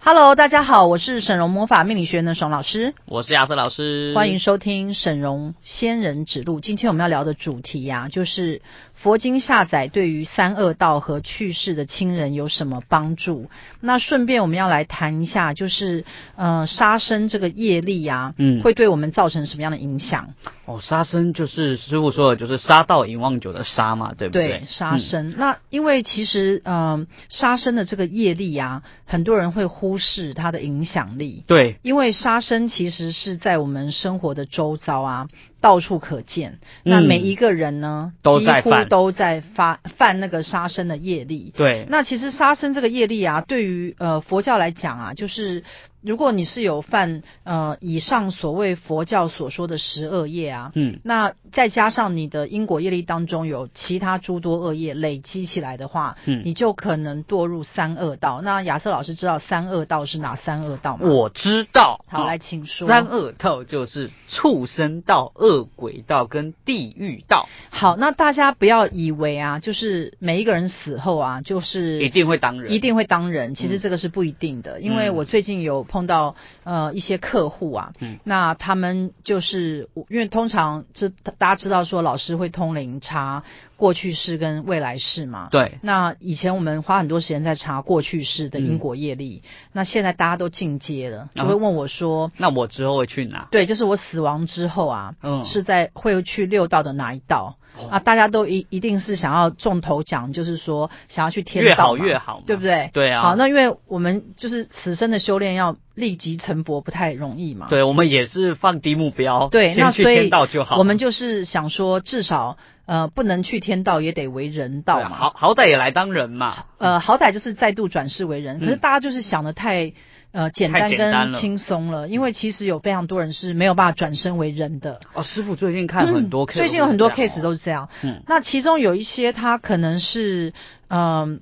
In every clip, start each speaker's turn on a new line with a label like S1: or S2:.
S1: Hello，大家好，我是沈荣魔法命理学院的沈老师，
S2: 我是亚瑟老师，
S1: 欢迎收听沈荣仙人指路。今天我们要聊的主题呀、就是佛经下载对于三恶道和去世的亲人有什么帮助？那顺便我们要来谈一下，就是呃杀生这个业力啊，
S2: 嗯
S1: 会对我们造成什么样的影响？
S2: 哦，杀生就是师傅说的，就是杀到饮忘酒的杀嘛，对不对？嗯
S1: 杀生。那因为其实呃杀生的这个业力啊，很多人会忽视它的影响力。
S2: 嗯对，
S1: 因为杀生其实是在我们生活的周遭啊，到处可见。
S2: 嗯
S1: 那每一个人呢，
S2: 都
S1: 几
S2: 在
S1: 乎
S2: 犯
S1: 都在发犯那个杀生的业力。
S2: 对，
S1: 那其实杀生这个业力啊，对于呃佛教来讲啊，就是如果你是有犯呃以上所谓佛教所说的十恶业啊，
S2: 嗯，
S1: 那再加上你的因果业力当中有其他诸多恶业累积起来的话，
S2: 嗯
S1: 你就可能堕入三恶道。那亚瑟老师知道三恶道是哪三恶道吗？
S2: 我知道。
S1: 好，
S2: 哦
S1: 来，请说。
S2: 三恶道就是畜生道、恶鬼道跟地狱道，
S1: 好，那大家不要以为啊，就是每一个人死后啊，就
S2: 一
S1: 是
S2: 定会当人，嗯
S1: 一定会当人。其实这个是不一定的，因为我最近有碰到呃一些客户啊，
S2: 嗯
S1: 那他们就是因为通常知大家知道说老师会通灵查过去式跟未来式嘛。
S2: 对，
S1: 那以前我们花很多时间在查过去式
S2: 嗯
S1: 的因果业力，那现在大家都进阶了，
S2: 啊
S1: 就会问我说，
S2: 那我之后会去哪？
S1: 对，就是我死亡之后啊，
S2: 嗯
S1: 是在会去六道的哪一道、
S2: 哦
S1: 啊？大家都一一定是想要中头奖，就是说想要去天
S2: 越
S1: 道
S2: 好
S1: 嘛
S2: 越好嘛，
S1: 对不对？
S2: 对啊，
S1: 好，那因为我们就是此生的修炼要立即成佛，不太容易嘛。
S2: 对我们也是放低目标，
S1: 对，那
S2: 先去
S1: 所以
S2: 天道就好，
S1: 我们就是想说，至少呃不能去天道，也得为人道
S2: 对
S1: 嘛。
S2: 好好歹也来当人嘛，
S1: 呃，好歹就是再度转世为人，可是大家就是想的太呃简
S2: 嗯太
S1: 单
S2: 简单
S1: 跟
S2: 了
S1: 轻松了，因为其实有非常多人是没有办法转生为人的。
S2: 哦，师傅最近看很多 case，、
S1: 嗯最近有很多 case 都是这样。
S2: 嗯
S1: 那其中有一些他可能是，嗯、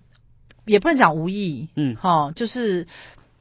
S1: 也不能讲无意，
S2: 嗯
S1: 哈、就是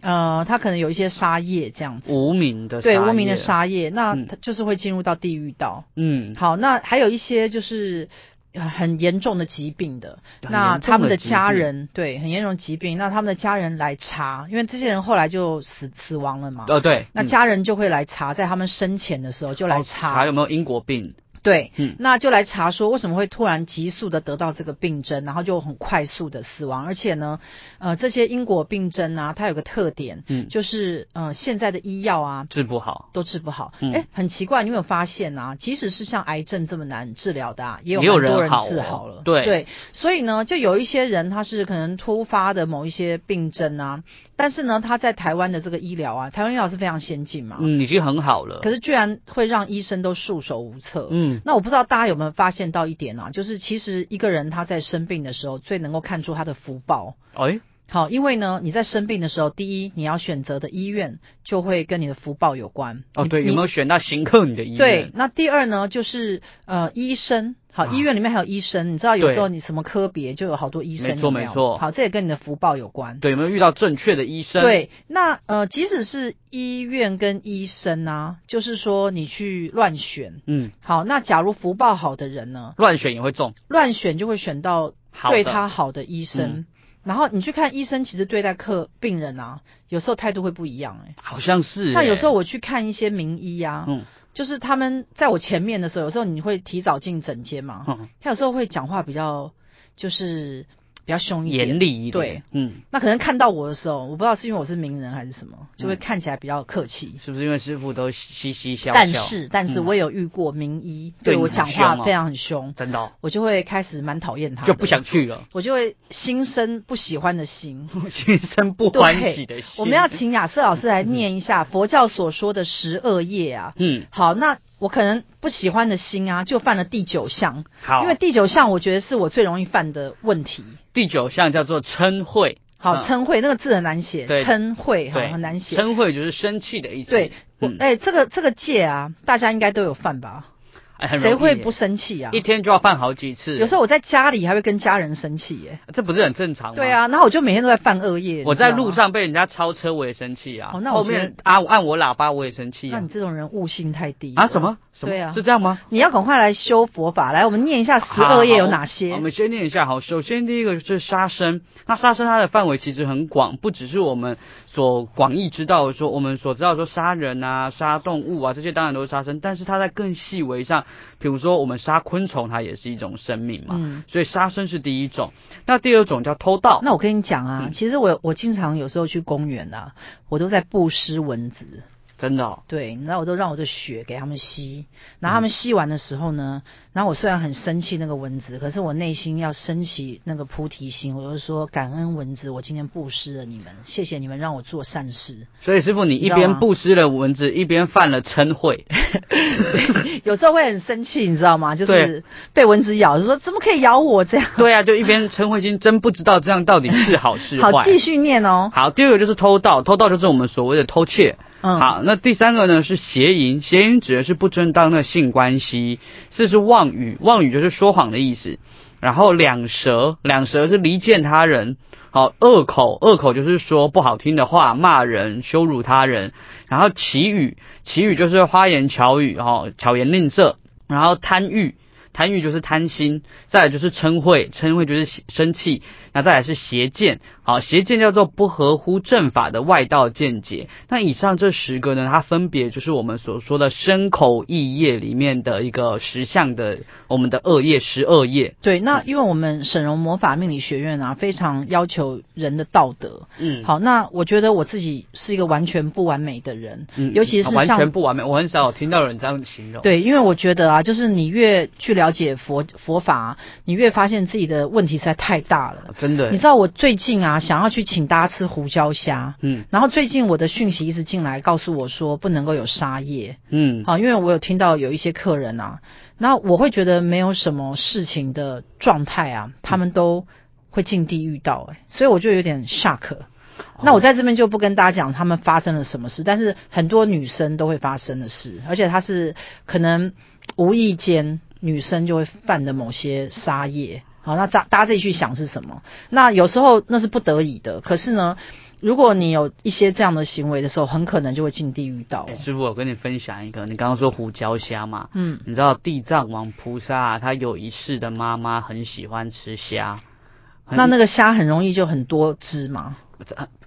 S1: 呃，他可能有一些杀业这样子，
S2: 无名的
S1: 对
S2: 杀
S1: 无名的
S2: 业，
S1: 杀业，那
S2: 呃嗯
S1: 他就是会进入到地狱道。
S2: 嗯，
S1: 好，那还有一些就是。呃很严重的疾病的，
S2: 很
S1: 那
S2: 严重
S1: 他们的
S2: 的疾
S1: 家
S2: 病
S1: 人对很严重的疾病，那他们的家人来查，因为这些人后来就死死亡了嘛，
S2: 哦对，
S1: 那
S2: 嗯
S1: 家人就会来查，在他们生前的时候就来
S2: 哦
S1: 查，
S2: 有没有因果病，
S1: 对，
S2: 嗯
S1: 那就来查说为什么会突然急速的得到这个病症，然后就很快速的死亡，而且呢，呃，这些因果病症啊，它有个特点，
S2: 嗯，
S1: 就是呃，现在的医药啊
S2: 治不好，
S1: 都治不好，哎、
S2: 嗯
S1: 很奇怪，你有没有发现啊？即使是像癌症这么难治疗的、啊，也有
S2: 也有
S1: 蛮多
S2: 人
S1: 人
S2: 好
S1: 治
S2: 哦
S1: 好了，
S2: 对
S1: 对，所以呢，就有一些人他是可能突发的某一些病症啊，但是呢，他在台湾的这个医疗啊，台湾医疗是非常先进嘛，
S2: 嗯，已经很好了，
S1: 啊可是居然会让医生都束手无策，
S2: 嗯，
S1: 那我不知道大家有没有发现到一点啊，就是其实一个人他在生病的时候，最能够看出他的福报。
S2: 哎，
S1: 好，因为呢，你在生病的时候，第一你要选择的医院就会跟你的福报有关。
S2: 哦
S1: 你
S2: 对，有没有选到行克你的医
S1: 你
S2: 院？
S1: 对，，那第二呢，就是呃，医生。好，
S2: 啊
S1: 医院里面还有医生，你知道有时候
S2: 对
S1: 你什么科别就有好多医生，
S2: 没错
S1: 有没有
S2: 没错
S1: 好，这也跟你的福报有关。
S2: 对，有没有遇到正确的医生？，
S1: 对，那呃，即使是医院跟医生啊，就是说你去乱选。
S2: 嗯，
S1: 好，那假如福报好的人呢，
S2: 乱选也会中，
S1: 乱选就会选到
S2: 好
S1: 对
S2: 的
S1: 他好的医生
S2: 嗯。
S1: 然后你去看医生，其实对待客病人啊，有时候态度会不一样、欸。
S2: 好像是，
S1: 像有
S2: 哎
S1: 时候，我去看一些名医啊，
S2: 嗯
S1: 就是他们在我前面的时候，有时候你会提早进诊间嘛，
S2: 嗯，
S1: 他有时候会讲话比较就是比较凶一点，
S2: 严厉一点，
S1: 对，
S2: 嗯，
S1: 那可能看到我的时候，我不知道是因为我是名人还是什么，就会看起来比较客气。
S2: 是不是因为师傅都嘻嘻笑笑？
S1: 但是，但是
S2: 嗯
S1: 我也有遇过名医、对
S2: 对你
S1: 我
S2: 很
S1: 讲
S2: 凶
S1: 话
S2: 哦
S1: 非常很凶，
S2: 真的哦
S1: 我就会开始蛮讨厌他的，
S2: 就不想去 了，
S1: 我就会心生不喜欢的心。
S2: 心生不欢喜的心，
S1: 我们要请亚瑟老师来念一下佛教所说的十二业啊。
S2: 嗯
S1: 好，那我可能不喜欢的心啊，就犯了第九项，
S2: 好，
S1: 因为第九项我觉得是我最容易犯的问题。
S2: 第九项叫做嗔恚，
S1: 好，
S2: 嗯
S1: 嗔恚那个字很难写，
S2: 对
S1: 嗔恚哈
S2: 对
S1: 很哎难写。
S2: 嗔恚就是生气的意思。
S1: 对，我哎
S2: 嗯
S1: 哎、这个这个戒啊，大家应该都有犯吧？
S2: 哎很容易
S1: 谁
S2: 耶
S1: 会不生气啊？
S2: 一天就要犯好几次？
S1: 有时候我在家里还会跟家人生气耶。
S2: 这不是很正常吗？
S1: 对，啊，然后我就每天都在犯恶业。
S2: 我
S1: 你知道
S2: 在
S1: 吗
S2: 路，上被人家超车，我也生气啊。
S1: 哦那我
S2: 后
S1: 觉得
S2: 面啊我按我喇叭我也生气
S1: 那
S2: 啊
S1: 你。这种人悟性太低
S2: 啊
S1: 了
S2: 什么？什么？
S1: 对啊
S2: 是这样吗？
S1: 你要赶快来修佛法，来，我们念一下十二页有哪些
S2: 好我？们先念一下。好，首先第一个就是杀生。那杀生它的范围其实很广，不只是我们所广义知道的说，我们所知道说杀人啊、杀动物啊这些当然都是杀生，但是它在更细微上，比如说我们杀昆虫，它也是一种生命嘛。
S1: 嗯，
S2: 所以杀生是第一种，那第二种叫偷盗。
S1: 那我跟你讲
S2: 嗯
S1: 啊，其实我我经常有时候去公园啊，我都在布施蚊子。
S2: 真的、哦，
S1: 对，然后我都让我的血给他们吸，然后他们吸完的时候呢，然后我虽然很生气那个蚊子，可是我内心要升起那个菩提心，我就说感恩蚊子，我今天布施了你们，谢谢你们让我做善事。
S2: 所以师傅你一
S1: 你知道
S2: 边
S1: 吗
S2: 布施了蚊子，一边犯了嗔恚。
S1: 有时候会很生气，你知道吗？就
S2: 对
S1: 是被蚊子咬，就说怎么可以咬我这样？
S2: 对啊，就一边嗔恚心，真不知道这样到底是好是 坏。
S1: 好，继续念哦。
S2: 好，第二个就是偷盗，偷盗就是我们所谓的偷窃。
S1: 嗯，
S2: 好，那第三个呢是邪淫，邪淫指的是不正当的性关系。四是妄语，妄语就是说谎的意思。然后两舌，两舌是离间他人。好，恶口，恶口就是说不好听的话，骂人、羞辱他人。然后绮语，绮语就是花言巧语，哦，巧言令色。然后贪欲，贪欲就是贪心。再来就是嗔恚，嗔恚就是喜生气。那再来是邪见，好，邪见叫做不合乎正法的外道见解。那以上这十个呢，它分别就是我们所说的身口意业里面的一个十项的我们的恶业十二业。
S1: 对，那因为我们沈荣魔法命理学院啊，非常要求人的道德。
S2: 嗯，
S1: 好，那我觉得我自己是一个完全不完美的人，
S2: 嗯，
S1: 尤其是
S2: 完
S1: 像
S2: 全不完美，我很少有听到有人这样形容。，
S1: 对，因为我觉得啊，就是你越去了解佛佛法，你越发现自己的问题实在太大了。
S2: 哦真的
S1: 你知，道我最近啊，想要去请大家吃胡椒虾，
S2: 嗯
S1: 然后最近我的讯息一直进来，告诉我说不能够有沙叶，
S2: 嗯，
S1: 好，因为我有听到有一些客人啊，那我会觉得没有什么事情的状态啊，他们都会进地狱道、欸，所以我就有点 shock。那我在这边就不跟大家讲他们发生了什么事，但是很多女生都会发生的事，而且她是可能无意间女生就会犯的某些杀业。好，那大大家自己去想是什么？那有时候那是不得已的，可是呢，如果你有一些这样的行为的时候，很可能就会进地狱道。欸
S2: 哎师傅，我跟你分享一个，你刚刚说胡椒虾嘛，
S1: 嗯，
S2: 你知道地藏王菩萨、啊、他有一世的妈妈很喜欢吃虾，很
S1: 那那个虾很容易就很多汁嘛？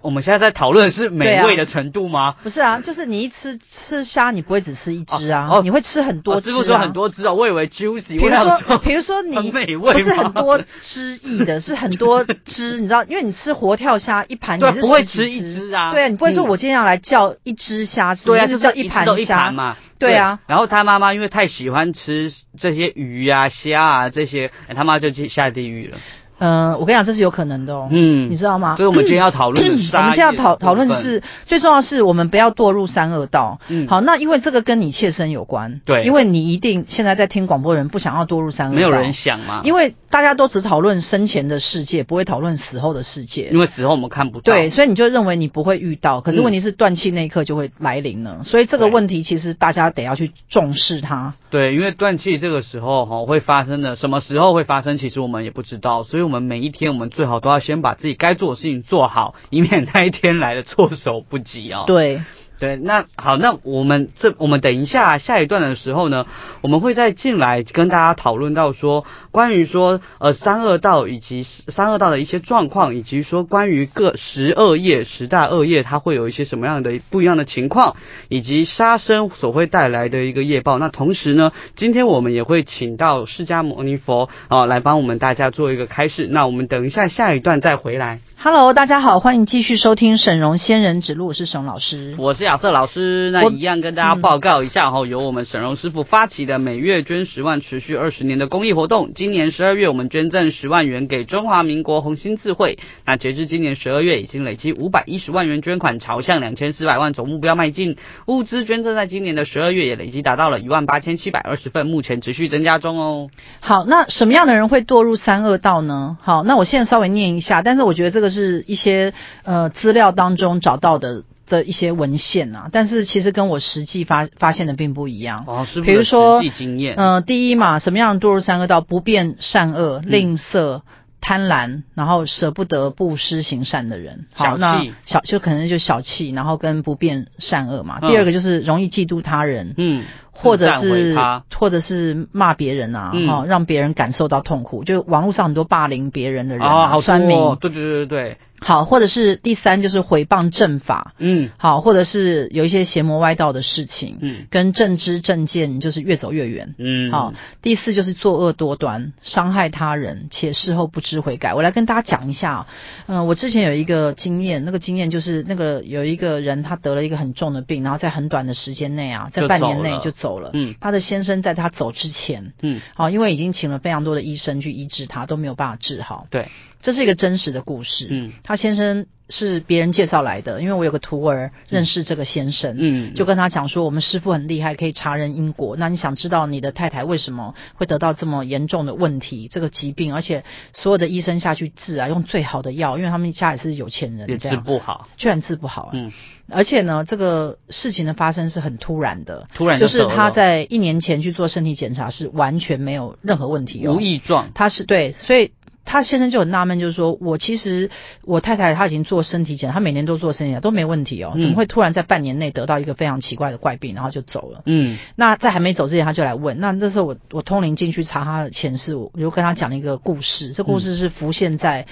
S2: 我们现在在讨论的是
S1: 对
S2: 美
S1: 啊
S2: 味的程度吗？
S1: 不是啊，就是你一吃吃虾，你不会只吃一只啊，
S2: 哦哦
S1: 你会吃很多
S2: 哦
S1: 汁、
S2: 师
S1: 啊。
S2: 傅说很多只哦，我以为 juicy，
S1: 比如
S2: 我想
S1: 说，
S2: 说
S1: 比如说
S2: 很
S1: 你
S2: 美味吗
S1: 不是很多汁液 的，是很多汁，你知道，因为你吃活跳虾一盘，
S2: 对
S1: 你是
S2: 不会
S1: 十几
S2: 吃一只啊
S1: 对，你不会说
S2: 嗯
S1: 我今天要来叫一只虾吃，
S2: 对啊，
S1: 你
S2: 就是
S1: 叫
S2: 一
S1: 盘
S2: 盘一
S1: 虾
S2: 盘。嘛。
S1: 对啊
S2: 然后他妈妈因为太喜欢吃这些鱼啊、虾啊这些，哎他妈就去下地狱了。
S1: 嗯，我跟你讲，这是有可能的哦，
S2: 嗯
S1: 你知道吗
S2: 所？以我们今天要讨论的
S1: 嗯我
S2: 杀
S1: 们现
S2: 业
S1: 在
S2: 的部分，
S1: 讨讨论的是最重要的是，我们不要堕入三恶道。
S2: 嗯
S1: 好，那因为这个跟你切身有关，
S2: 对
S1: 因为你一定现在在听广播的人不想要堕入三恶道，
S2: 没有人想啊嘛，
S1: 因为大家都只讨论生前的世界，不会讨论死后的世界。
S2: 因为死后我们看不到。
S1: 对，，所以你就认为你不会遇到，可是
S2: 嗯
S1: 问题是断气那一刻就会来临了，所以这个
S2: 对
S1: 问题其实大家得要去重视它。
S2: 对，因为断气这个时候哈、哦、会发生的，什么时候会发生，其实我们也不知道，所以我们每一天我们最好都要先把自己该做的事情做好，以免那一天来的措手不及哦。
S1: 对，
S2: 对，那好，那我们这我们等一下下一段的时候呢，我们会再进来跟大家讨论到说关于说呃三恶道以及三恶道的一些状况，以及说关于各十二业十大恶业它会有一些什么样的不一样的情况，以及杀生所会带来的一个业报。那同时呢，今天我们也会请到释迦牟尼佛啊、来帮我们大家做一个开示。那我们等一下下一段再回来。
S1: Hello，大家好，欢迎继续收听沈荣仙人指路，我是沈老师。
S2: 我是亚瑟老师，那
S1: 我
S2: 一样跟大家
S1: 嗯
S2: 报告一下哈、由我们沈荣师傅发起的每月捐十万、持续二十年的公益活动，今年十二月我们捐赠十万元给中华民国红星智慧，那截至今年十二月已经累积五百一十万元捐款，朝向两千四百万总目标迈进。物资捐赠在今年的十二月也累积达到了一万八千七百二十份，目前持续增加中哦。
S1: 好，那什么样的人会堕入三恶道呢？好，那我现在稍微念一下，但是我觉得这个是一些呃资料当中找到的的一些文献啊，但是其实跟我实际发发现的并不一样。
S2: 哦，是不
S1: 比
S2: 是
S1: 如
S2: 有
S1: 说
S2: 实际经验？
S1: 嗯、第一嘛，什么样的堕入三恶道？不辨善恶、
S2: 嗯
S1: 吝啬、贪婪，然后舍不得布施行善的人。
S2: 小
S1: 好，
S2: 气
S1: 那小就可能就小气，然后跟不辨善恶嘛。
S2: 嗯
S1: 第二个就是容易嫉妒他人，
S2: 嗯，
S1: 或者
S2: 赞美
S1: 是
S2: 他，
S1: 或者是骂别人啊，
S2: 嗯
S1: 哦，让别人感受到痛苦。就网络上很多霸凌别人的人、啊，
S2: 哦，好
S1: 酸
S2: 多
S1: 民。
S2: 哦对对对对对，
S1: 好，或者是第三就是毁谤正法。
S2: 嗯
S1: 好，或者是有一些邪魔歪道的事情，
S2: 嗯
S1: 跟正知正见就是越走越远。
S2: 嗯，
S1: 好，第四就是作恶多端，伤害他人，且事后不知悔改。我来跟大家讲一下啊、嗯、我之前有一个经验，那个经验就是那个有一个人他得了一个很重的病，然后在很短的时间内啊，在
S2: 就
S1: 半
S2: 走
S1: 年内
S2: 了
S1: 就走了。
S2: 嗯
S1: 他的先生在他走之前，
S2: 嗯，
S1: 好、因为已经请了非常多的医生去医治他，都没有办法治好。
S2: 对，
S1: 这是一个真实的故事。
S2: 嗯
S1: 他先生是别人介绍来的，因为我有个徒儿认识这个先生，
S2: 嗯，
S1: 就跟他讲说，我们师傅很厉害，可以查人因果。那你想知道你的太太为什么会得到这么严重的问题，这个疾病，而且所有的医生下去治啊，用最好的药，因为他们家也是有钱人，
S2: 也
S1: 这
S2: 治
S1: 样
S2: 不好，
S1: 居然治不好、啊。
S2: 嗯，
S1: 而且呢，这个事情的发生是很突然的，
S2: 突然
S1: 就是
S2: 得
S1: 他
S2: 了
S1: 在一年前去做身体检查是完全没有任何问题、哦，
S2: 无意撞，
S1: 他是对，所以他先生就很纳闷，就是说我其实我太太她已经做身体检查，她每年都做身体检查都没问题哦，
S2: 嗯
S1: 怎么会突然在半年内得到一个非常奇怪的怪病，然后就走了？
S2: 嗯
S1: 那在还没走之前，他就来问。那那时候我我通灵进去查他的前世，我我就跟他讲了一个故事，这故事是浮现在。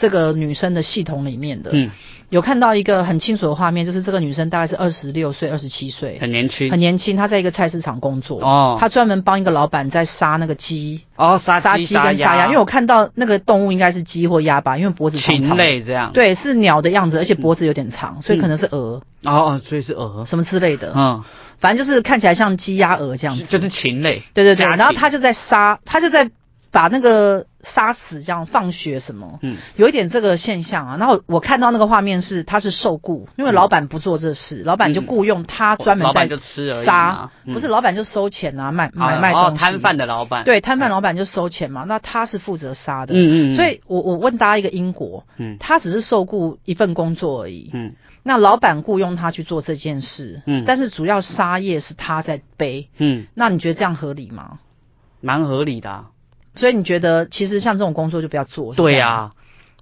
S1: 这个女生的系统里面的，
S2: 嗯，
S1: 有看到一个很清楚的画面，就是这个女生大概是二十六岁、二十七岁，
S2: 很年轻
S1: 很年轻，她在一个菜市场工作，
S2: 哦
S1: 她专门帮一个老板在杀那个鸡，
S2: 哦，杀
S1: 杀
S2: 鸡
S1: 鸡跟杀鸭，因为
S2: 鸭，
S1: 我看到那个动物应该是鸡或鸭吧，因为脖子长
S2: 禽
S1: 长。
S2: 类嗯这样，
S1: 对，是鸟的样子，而且脖子有点长，所以可能是鹅、
S2: 哦哦，所以是鹅，
S1: 什么之类的，
S2: 嗯，
S1: 反正就是看起来像鸡鸭鹅这样子。
S2: 就是禽类，
S1: 对对对，
S2: 家禽
S1: 然后他就在杀，他就在把那个杀死，这样放血什么，
S2: 嗯
S1: 有一点这个现象啊。然后我看到那个画面是他是受雇，因为老板不做这事，老板就雇佣他专门
S2: 嗯老
S1: 在
S2: 板就吃而已
S1: 杀
S2: 嘛，嗯
S1: 不是老板就收钱啊，卖买
S2: 哦
S1: 卖
S2: 哦
S1: 东西。
S2: 摊贩的老板，
S1: 对摊贩老板就收钱嘛，那他是负责杀的，
S2: 嗯嗯嗯
S1: 所以我我问大家一个因果，
S2: 嗯
S1: 他只是受雇一份工作而已，
S2: 嗯
S1: 那老板雇佣他去做这件事，
S2: 嗯
S1: 但是主要杀业是他在背，
S2: 嗯，
S1: 那你觉得这样合理吗？
S2: 蛮合理的啊，
S1: 所以你觉得其实像这种工作就不要做，
S2: 对
S1: 呀、
S2: 呀，
S1: 啊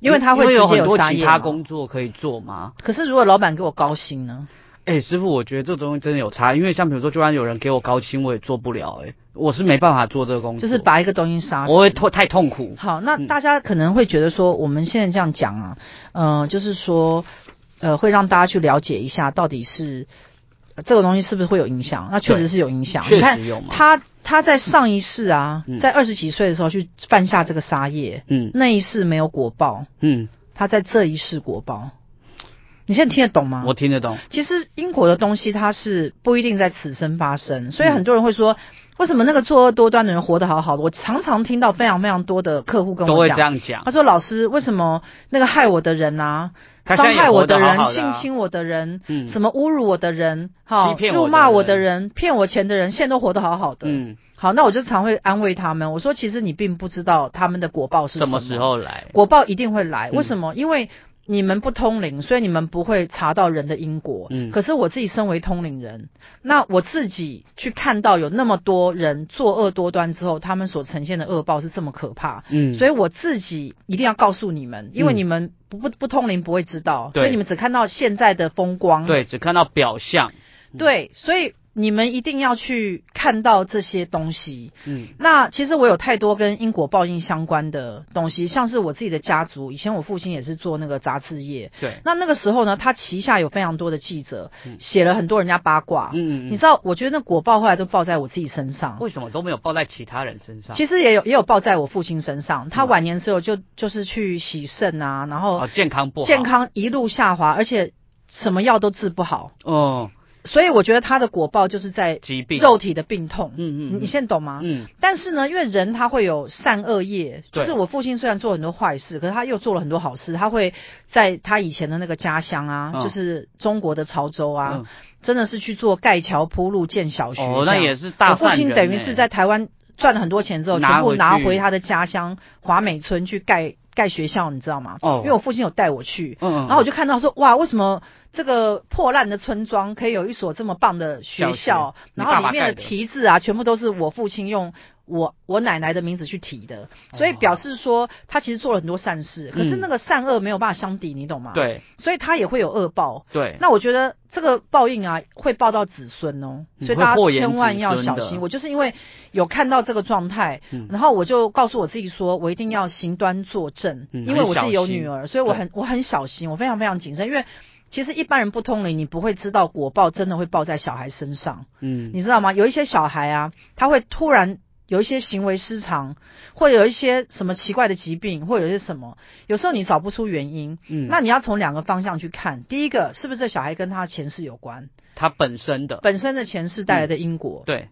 S1: 因为他会
S2: 因
S1: 直接
S2: 有很多
S1: 杀
S2: 其
S1: 业
S2: 他
S1: 嘛
S2: 工作可以做嘛，
S1: 可是如果老板给我高薪呢？
S2: 哎、师傅，我觉得这东西真的有差，因为像比如说，就算有人给我高薪，我也做不了、哎，我是没办法做这个工
S1: 就
S2: 作，
S1: 是把一个东西杀死，
S2: 我会痛太痛苦。
S1: 好，那大家可能会觉得说，我们现在这样讲啊，呃，就是说，呃，会让大家去了解一下，到底是、呃这个东西是不是会有影响？那确实是有影响。
S2: 确
S1: 你看
S2: 实有嘛
S1: 他他在上一世啊，
S2: 嗯
S1: 在二十几岁的时候去犯下这个杀业，
S2: 嗯
S1: 那一世没有果报，
S2: 嗯，
S1: 他在这一世果报。你现在听得懂吗？
S2: 我听得懂。
S1: 其实因果的东西，它是不一定在此生发生，所以
S2: 嗯
S1: 很多人会说，为什么那个作恶多端的人活得好好的？我常常听到非常非常多的客户跟
S2: 都
S1: 我
S2: 会
S1: 讲
S2: 这，样讲
S1: 他。说：“老师，为什么那个害我的人啊，
S2: 他
S1: 伤
S2: 现在也
S1: 害我人、
S2: 活得好好的啊
S1: 性侵我的人，
S2: 嗯
S1: 什么侮辱我的人，哈
S2: 欺，骗我的
S1: 辱骂我的
S2: 人
S1: 人，骗我钱的人，现在都活得好好的。
S2: 嗯，
S1: 好，那我就常会安慰他们，我说其实你并不知道他们的果报是
S2: 什
S1: 么
S2: 么时，候来？
S1: 果报一定会来。
S2: 嗯
S1: 为什么？因为你们不通灵，所以你们不会查到人的因果。
S2: 嗯
S1: 可是我自己身为通灵人，那我自己去看到有那么多人作恶多端之后，他们所呈现的恶报是这么可怕。
S2: 嗯，
S1: 所
S2: 以
S1: 以我自己一定要告诉你们，因为
S2: 嗯
S1: 你们不不不通灵不会知道，
S2: 对
S1: 所以你们只看到现在的风光，
S2: 对，只看到表象。
S1: 对所以你们一定要去看到这些东西。
S2: 嗯
S1: 那其实我有太多跟因果报应相关的东西，像是我自己的家族，以前我父亲也是做那个杂志业，
S2: 对，
S1: 那那个时候呢，他旗下有非常多的记者，写了很多人家八卦，
S2: 嗯
S1: 啊你
S2: 嗯
S1: 知道，我觉得那果报后来都报在我自己身上
S2: 嗯，。为什么都没有报在其他人身上？
S1: 其实也有也有报在我父亲身上，
S2: 嗯
S1: 他晚年时候就就是去洗肾啊，然后
S2: 哦，健康不好，
S1: 健康一路下滑，而且什么药都治不好，
S2: 哦，
S1: 所以我觉得他的果报就是在
S2: 疾病，
S1: 肉体的病痛。
S2: 嗯
S1: 你
S2: 嗯
S1: 你现在懂吗？
S2: 嗯
S1: 但是呢，因为人他会有善恶业，
S2: 对
S1: 就是我父亲虽然做很多坏事，可是他又做了很多好事。他会在他以前的那个家乡啊，
S2: 嗯
S1: 就是中国的潮州啊，
S2: 嗯
S1: 真的是去做盖桥铺路、建小学这样。
S2: 哦，那也是大
S1: 我父
S2: 善
S1: 亲
S2: 人
S1: 等于
S2: 欸
S1: 是在台湾赚了很多钱之后，
S2: 拿
S1: 全部
S2: 回
S1: 拿
S2: 去
S1: 回他的家乡华美村去盖盖学校，你知道吗？
S2: 哦
S1: 因为我父亲有带我去，
S2: 嗯，
S1: 然后我就看到说，哇，为什么这个破烂的村庄可以有一所这么棒的学
S2: 小
S1: 校？
S2: 你
S1: 然
S2: 爸爸
S1: 后里面
S2: 盖的
S1: 题字啊，全部都是我父亲用我我奶奶的名字去题的，所以
S2: 哦
S1: 表示说他其实做了很多善事，可是
S2: 嗯
S1: 那个善恶没有办法相抵，你懂吗？，
S2: 对
S1: 所以他也会有恶报。
S2: 对，
S1: 那我觉得这个报应啊，会报到子孙哦，
S2: 嗯
S1: 所以大
S2: 会祸
S1: 家
S2: 延
S1: 千万
S2: 子
S1: 要
S2: 孙
S1: 小
S2: 的
S1: 心。我就是因为有看到这个状态，
S2: 嗯
S1: 然后我就告诉我自己说，我一定要行端坐正，
S2: 嗯
S1: 因为我
S2: 很小
S1: 自己有
S2: 心
S1: 女儿，所以我很我很小心，我非常非常谨慎，因为。其实一般人不通灵，你不会知道果报真的会报在小孩身上，
S2: 嗯
S1: 你知道吗？有一些小孩啊，他会突然有一些行为失常，或有一些什么奇怪的疾病，或有一些什么，有时候你找不出原因，
S2: 嗯，
S1: 那你要从两个方向去看，第一个是不是这小孩跟他前世有关，
S2: 他本身的
S1: 本身的前世带来的因果；
S2: 对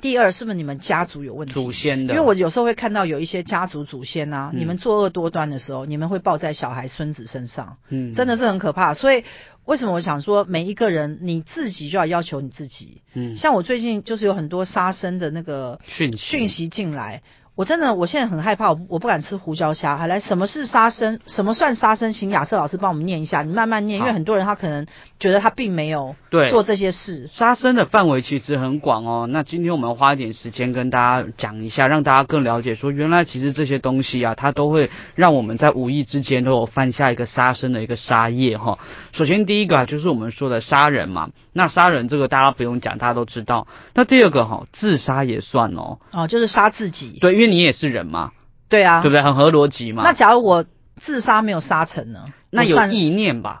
S1: 第二是不是你们家族有问题？
S2: 祖先
S1: 因
S2: 的，
S1: 为我有时候会看到有一些家族祖先啊，
S2: 嗯
S1: 你们作恶多端的时候，你们会报在小孩、孙子身上，
S2: 嗯
S1: 真的是很可怕。所以为什么我想说，每一个人你自己就要要求你自己。
S2: 嗯
S1: 像我最近就是有很多杀生的那个
S2: 讯
S1: 讯息进来，我真的我现在很害怕，我不我不敢吃胡椒虾。还来，什么是杀生？什么算杀生？请亚瑟老师帮我们念一下，你慢慢念，因为
S2: 好
S1: 很多人他可能觉得他并没有
S2: 对
S1: 做这些事。
S2: 杀生的范围其实很广哦。那今天我们花一点时间跟大家讲一下，让大家更了解说，原来其实这些东西啊，它都会让我们在无意之间都有犯下一个杀生的一个杀业哈、首先第一个啊，就是我们说的杀人嘛。那杀人这个大家不用讲，大家都知道。那第二个哈、自杀也算哦。
S1: 哦，就是杀自己。
S2: 对，因为你也是人嘛，
S1: 对啊，
S2: 对不对？很合逻辑嘛。
S1: 那假如我自杀没有杀成呢？
S2: 那
S1: 我
S2: 有
S1: 算
S2: 意念
S1: 哎
S2: 吧？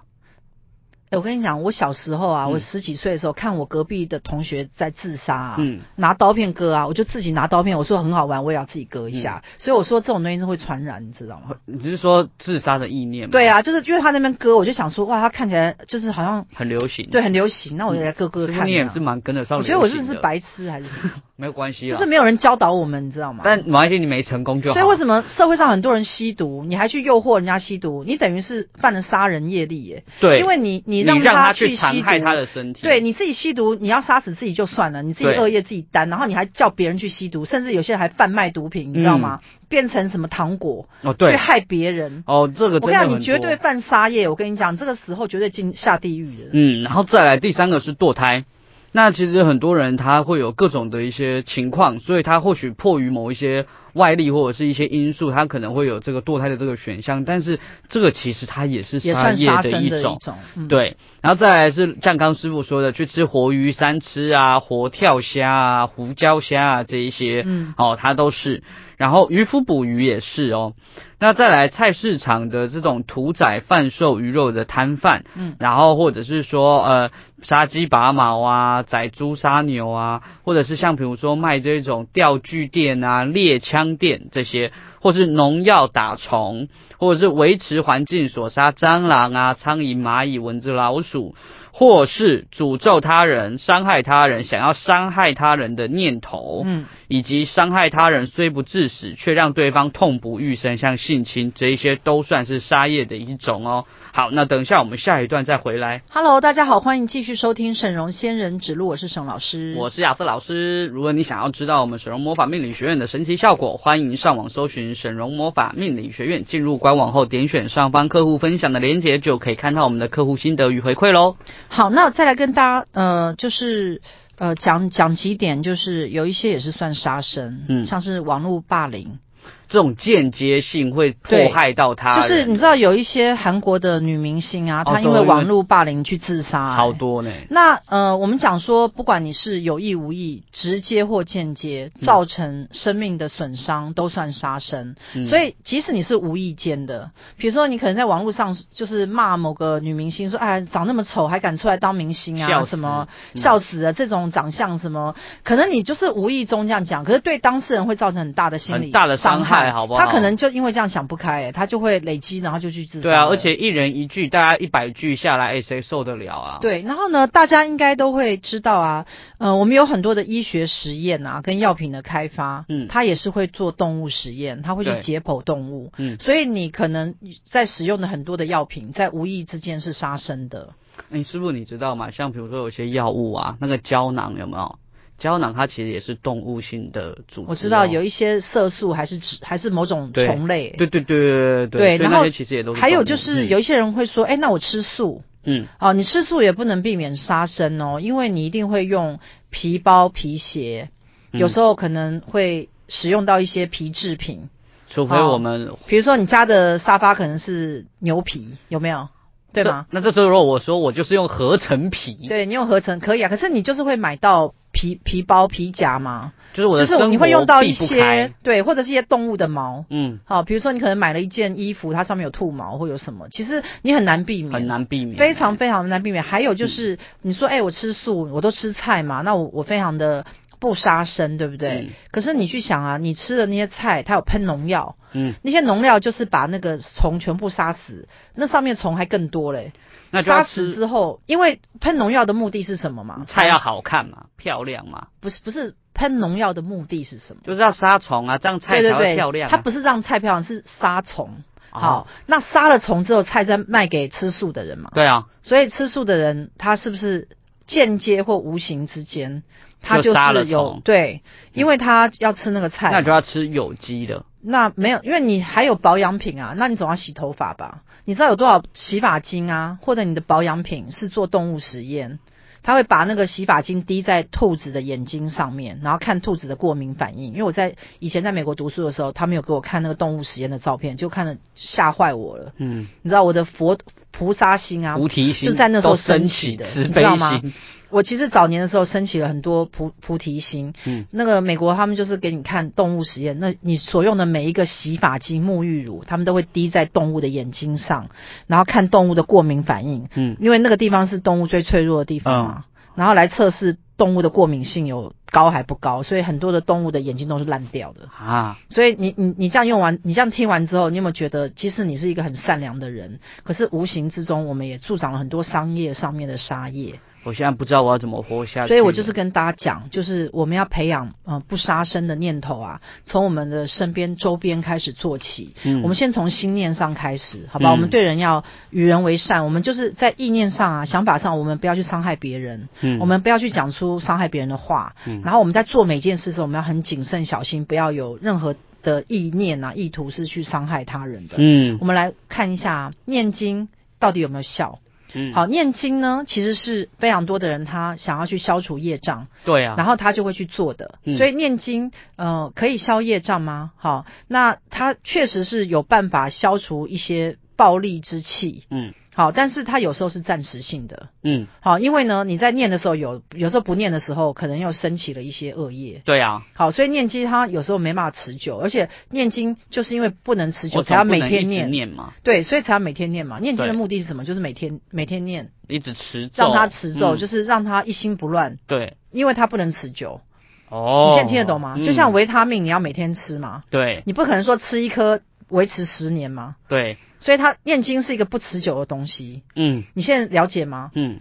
S1: 我跟你讲，我小时候啊，
S2: 嗯
S1: 我十几岁的时候看我隔壁的同学在自杀、啊，
S2: 嗯，
S1: 拿刀片割啊，我就自己拿刀片，我说很好玩，我也要自己割一下。
S2: 嗯
S1: 所以我说这种东西是会传染，你知道吗？
S2: 你是说自杀的意念？
S1: 对，啊，就是因为他那边割，我就想说，哇，他看起来就是好像
S2: 很流行。
S1: 对很流行，那我就来割割
S2: 所以
S1: 看、
S2: 嗯你也是，蛮跟得上
S1: 我
S2: 流
S1: 觉
S2: 行的。
S1: 得我是不是白痴还是什 么？
S2: 没有关系
S1: 就
S2: 啦。
S1: 是没有人教导我们，你知道吗？
S2: 但马来西亚你没成功就好。
S1: 所以为什么社会上很多人吸毒，你还去诱惑人家吸毒，你等于是犯了杀人业力耶？
S2: 对，
S1: 因为你
S2: 你
S1: 你让
S2: 他
S1: 去吸
S2: 残
S1: 毒，
S2: 害他的身体。
S1: 对，你自己吸毒，你要杀死自己就算了，你自己
S2: 对
S1: 恶业自己担，然后你还叫别人去吸毒，甚至有些人还贩卖毒品，你知道吗？变成什么糖果
S2: 哦
S1: 去
S2: 嗯对
S1: 害别人。
S2: 哦，这个
S1: 我跟你
S2: 真的
S1: 讲，
S2: 很多
S1: 你绝对犯杀业，我跟你讲，这个时候绝对进下地狱的。
S2: 嗯，然后再来第三个是堕胎。那其实很多人他会有各种的一些情况，所以他或许迫于某一些外力或者是一些因素，他可能会有这个堕胎的这个选项。但是这个其实它也是
S1: 也
S2: 杀
S1: 算
S2: 业
S1: 杀
S2: 的
S1: 生
S2: 一
S1: 的
S2: 种
S1: 一。种，嗯、
S2: 对，然后再来是像刚师傅说的，去吃活鱼、三吃啊、活跳虾啊、胡椒虾啊这一些，
S1: 嗯，
S2: 哦，它都是。然后渔夫捕鱼也是哦。那再来菜市场的这种屠宰贩售鱼肉的摊贩，
S1: 嗯，
S2: 然后或者是说呃杀鸡拔毛啊、宰猪杀牛啊，或者是像比如说卖这种钓具店啊、猎枪店这些，或是农药打虫，或者是维持环境所杀蟑螂啊、苍蝇、蚂蚁、蚊子、老鼠，或是诅咒他人、伤害他人、想要伤害他人的念头，
S1: 嗯，
S2: 以及伤害他人虽不致死，却让对方痛不欲生，像性侵这一些都算是杀业的一种哦。好，那等一下我们下一段再回来。
S1: Hello，大家好，欢迎继续收听沈荣仙人指路，我是沈老师。
S2: 我是亚瑟老师，如果你想要知道我们沈荣魔法命理学院的神奇效果，欢迎上网搜寻沈荣魔法命理学院，进入官网后点选上方客户分享的链接，就可以看到我们的客户心得与回馈喽。
S1: 好，那再来跟大家呃，就是呃讲讲几点，就是有一些也是算杀生，
S2: 嗯
S1: 像是网络霸凌，
S2: 这种间接性会迫害到他
S1: 就
S2: 人，
S1: 是你知道有一些韩国的女明星啊，
S2: 哦
S1: 她因
S2: 对
S1: 为
S2: 因为
S1: 网络霸凌去自杀、哎
S2: 好多呢。
S1: 那呃，我们讲说，不管你是有意无意、直接或间接造成生命的损伤，都算杀生。
S2: 嗯
S1: 所以，即使你是无意间的，比如说你可能在网络上就是骂某个女明星说：“哎，长那么丑还敢出来当明星
S2: 笑
S1: 啊？
S2: 死
S1: 什么
S2: 嗯
S1: 笑死了！这种长相什么？”可能你就是无意中这样讲，可是对当事人会造成很大的心理
S2: 很大的伤
S1: 伤
S2: 害好不好
S1: 他可能就因为这样想不开、哎他就会累积，然后就去自杀了。
S2: 对啊，而且一人一句，大家一百句下来，哎，谁受得了啊？
S1: 对，然后呢，大家应该都会知道啊，呃，我们有很多的医学实验啊，跟药品的开发，
S2: 嗯
S1: 它也是会做动物实验，它会去
S2: 对
S1: 解剖动物，
S2: 嗯
S1: 所以你可能在使用的很多的药品，在无意之间是杀生的，
S2: 哎，师傅，你知道吗？像比如说有些药物啊，那个胶囊有没有？胶囊它其实也是动物性的组织哦、
S1: 我知道有一些色素还是指还是某种
S2: 对
S1: 虫类，
S2: 对对对对对
S1: 对
S2: 所
S1: 然
S2: 以
S1: 后
S2: 那些其实也都是
S1: 还有
S2: 动物
S1: 就是
S2: 嗯
S1: 有一些人会说，哎、那我吃素
S2: 嗯
S1: 哦，你吃素也不能避免杀生哦，因为你一定会用皮包、皮鞋，
S2: 嗯
S1: 有时候可能会使用到一些皮制品，
S2: 除非
S1: 哦
S2: 我们
S1: 比如说你家的沙发可能是牛皮，有没有？对吗？
S2: 这那这时候如果我说我就是用合成皮，
S1: 对你用合成可以啊，可是你就是会买到皮皮包、皮夹嘛，
S2: 就是我
S1: 就
S2: 的生
S1: 是
S2: 活
S1: 你会用到一
S2: 避不开
S1: 些对，或者是一些动物的毛。
S2: 嗯，
S1: 好，比如说你可能买了一件衣服，它上面有兔毛或有什么，其实你很难避免，
S2: 很难避免，嗯
S1: 非常非常难避免。还有就是你说，哎、我吃素，我都吃菜嘛，那我我非常的不杀生，对不对？
S2: 嗯
S1: 可是你去想啊，你吃的那些菜，它有喷农药，
S2: 嗯，
S1: 那些农药就是把那个虫全部杀死，那上面虫还更多嘞。
S2: 那就
S1: 杀
S2: 要
S1: 死
S2: 吃
S1: 之后，因为喷农药的目的是什么嘛？
S2: 菜啊要好看嘛，漂亮嘛，
S1: 不是不是喷农药的目的是什么？
S2: 就是要杀虫啊，这样菜
S1: 对
S2: 才会
S1: 对
S2: 漂
S1: 对，
S2: 亮
S1: 它
S2: 啊、
S1: 不是让菜漂亮，是杀虫。
S2: 哦
S1: 好，那杀了虫之后，菜再卖给吃素的人嘛？
S2: 对啊，
S1: 所以吃素的人，他是不是间接或无形之间，他
S2: 就杀
S1: 是
S2: 了
S1: 有
S2: 虫
S1: 对，因为他要吃那个菜嘛，
S2: 那就要吃有机的，
S1: 那没有，因为你还有保养品啊，那你总要洗头发吧？你知道有多少洗发精啊，或者你的保养品是做动物实验，他会把那个洗发精滴在兔子的眼睛上面，然后看兔子的过敏反应。因为我在以前在美国读书的时候，他们有给我看那个动物实验的照片，就看了吓坏我了。
S2: 嗯，
S1: 你知道我的佛菩萨心啊，
S2: 菩提心
S1: 就在那时候
S2: 都升
S1: 升
S2: 起
S1: 起的
S2: 慈
S1: 你
S2: 悲
S1: 知道吗
S2: 心，
S1: 我其实早年的时候升起了很多菩菩提心，
S2: 嗯，
S1: 那个美国他们就是给你看动物实验，那你所用的每一个洗发精、沐浴乳，他们都会滴在动物的眼睛上，然后看动物的过敏反应，
S2: 嗯，
S1: 因为那个地方是动物最脆弱的地方嘛，然后来测试动物的过敏性有高还不高，所以很多的动物的眼睛都是烂掉的。
S2: 啊，
S1: 所以你你你这样用完，你这样听完之后，你有没有觉得，即使你是一个很善良的人，可是无形之中我们也助长了很多商业上面的杀业。
S2: 我现在不知道我要怎么活下去了，
S1: 所以我就是跟大家讲，就是我们要培养呃不杀生的念头啊，从我们的身边周边开始做起。
S2: 嗯
S1: 我们先从心念上开始，好吧？
S2: 嗯
S1: 我们对人要与人为善，我们就是在意念上啊、想法上，我们不要去伤害别人，
S2: 嗯
S1: 我们不要去讲出伤害别人的话。然后我们在做每件事的时候，我们要很谨慎小心，不要有任何的意念啊、意图是去伤害他人的。
S2: 嗯
S1: 我们来看一下念经到底有没有效。
S2: 嗯
S1: 好，念经呢，其实是非常多的人他想要去消除业障，
S2: 对啊，
S1: 然后他就会去做的。
S2: 嗯
S1: 所以念经，呃，可以消业障吗？好，那他确实是有办法消除一些暴力之气。
S2: 嗯
S1: 好，但是它有时候是暂时性的。
S2: 嗯
S1: 好，因为呢，你在念的时候有，有时候不念的时候，可能又升起了一些恶业。
S2: 对啊，
S1: 好，所以念经它有时候没办法持久，而且念经就是因为不能持久，
S2: 我
S1: 才要
S2: 总不
S1: 每
S2: 能一
S1: 天
S2: 直
S1: 念。
S2: 念嘛，
S1: 对，所以才要每天念嘛。念经的
S2: 对
S1: 目的是什么？就是每天每天念。
S2: 一直持咒，
S1: 让他持咒，
S2: 嗯
S1: 就是让他一心不乱，
S2: 对
S1: 因为他不能持久。
S2: 哦，
S1: 你现在听得懂吗？
S2: 嗯
S1: 就像维他命，你要每天吃嘛，
S2: 对
S1: 你不可能说吃一颗维持十年嘛。
S2: 对，
S1: 所以他念经是一个不持久的东西，
S2: 嗯
S1: 你现在了解吗？
S2: 嗯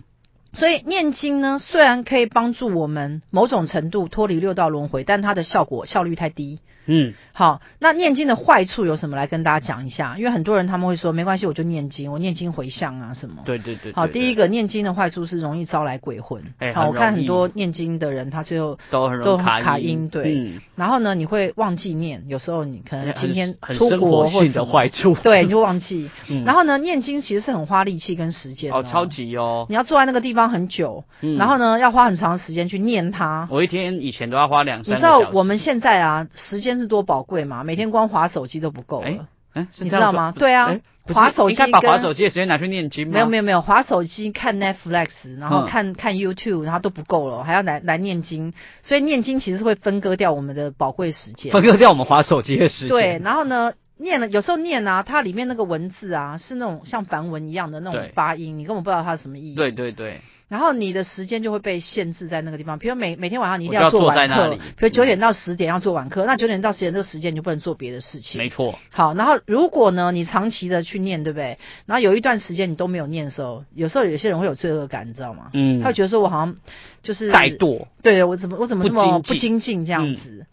S1: 所以念经呢，虽然可以帮助我们某种程度脱离六道轮回，但它的效果效率太低。
S2: 嗯
S1: 好，那念经的坏处有什么？来跟大家讲一下，因为很多人他们会说，没关系，我就念经，我念经回向啊什么。
S2: 对对对，
S1: 好，
S2: 对
S1: 第一
S2: 对
S1: 个念经的坏处是容易招来鬼魂。
S2: 哎
S1: 好，
S2: 很
S1: 我看
S2: 容
S1: 很
S2: 易
S1: 多念经的人，他最后，
S2: 都很
S1: 都
S2: 容易
S1: 很卡音对
S2: 嗯
S1: 然后呢，你会忘记念，有时候你可能
S2: 很
S1: 今天
S2: 很
S1: 出
S2: 生
S1: 国
S2: 活
S1: 或
S2: 性
S1: 什
S2: 的
S1: 么，
S2: 坏处，
S1: 对，你就忘记。
S2: 嗯
S1: 然后呢，念经其实是很花力气跟时间
S2: 哦，超。级哦，
S1: 你要坐在那个地方很久，
S2: 嗯
S1: 然后呢，要花很长时间去念它。
S2: 我一天以前都要花两
S1: 你
S2: 三
S1: 知
S2: 个
S1: 道
S2: 小时。
S1: 我们现在啊，时间是多宝贵吗？每天光划手机都不够
S2: 哎
S1: 了，
S2: 嗯，是
S1: 你
S2: 这
S1: 知
S2: 样
S1: 道
S2: 说
S1: 吗？对啊
S2: 哎，不是
S1: 划手机
S2: 应该把
S1: 跟
S2: 划手机的时间拿去念经吗？
S1: 没有没有没有，划手机看 Netflix，然后
S2: 嗯
S1: 看、看 YouTube，然后都不够了，还要来来念经，所以念经其实会分割掉我们的宝贵时间。
S2: 分割掉我们划手机的时间。
S1: 对，，然后呢，念了有时候念啊，它里面那个文字啊是那种像梵文一样的那种
S2: 对
S1: 发音，你根本不知道它是什么意义。
S2: 对对对，
S1: 然后你的时间就会被限制在那个地方，比如每每天晚上你一定
S2: 我就要
S1: 做
S2: 坐在
S1: 晚
S2: 那
S1: 课，
S2: 里嗯
S1: 比如九点到十点要做晚课，那九点到十点这个时间你就不能做别的事情。
S2: 没错，
S1: 好，然后如果呢，你长期的去念，对不对？然后有一段时间你都没有念的时候，有时候有些人会有罪恶感，你知道吗？
S2: 嗯
S1: 他会觉得说我好像就是
S2: 怠，惰，
S1: 对我怎么我怎么这么
S2: 不精进嗯
S1: 不精进这样子。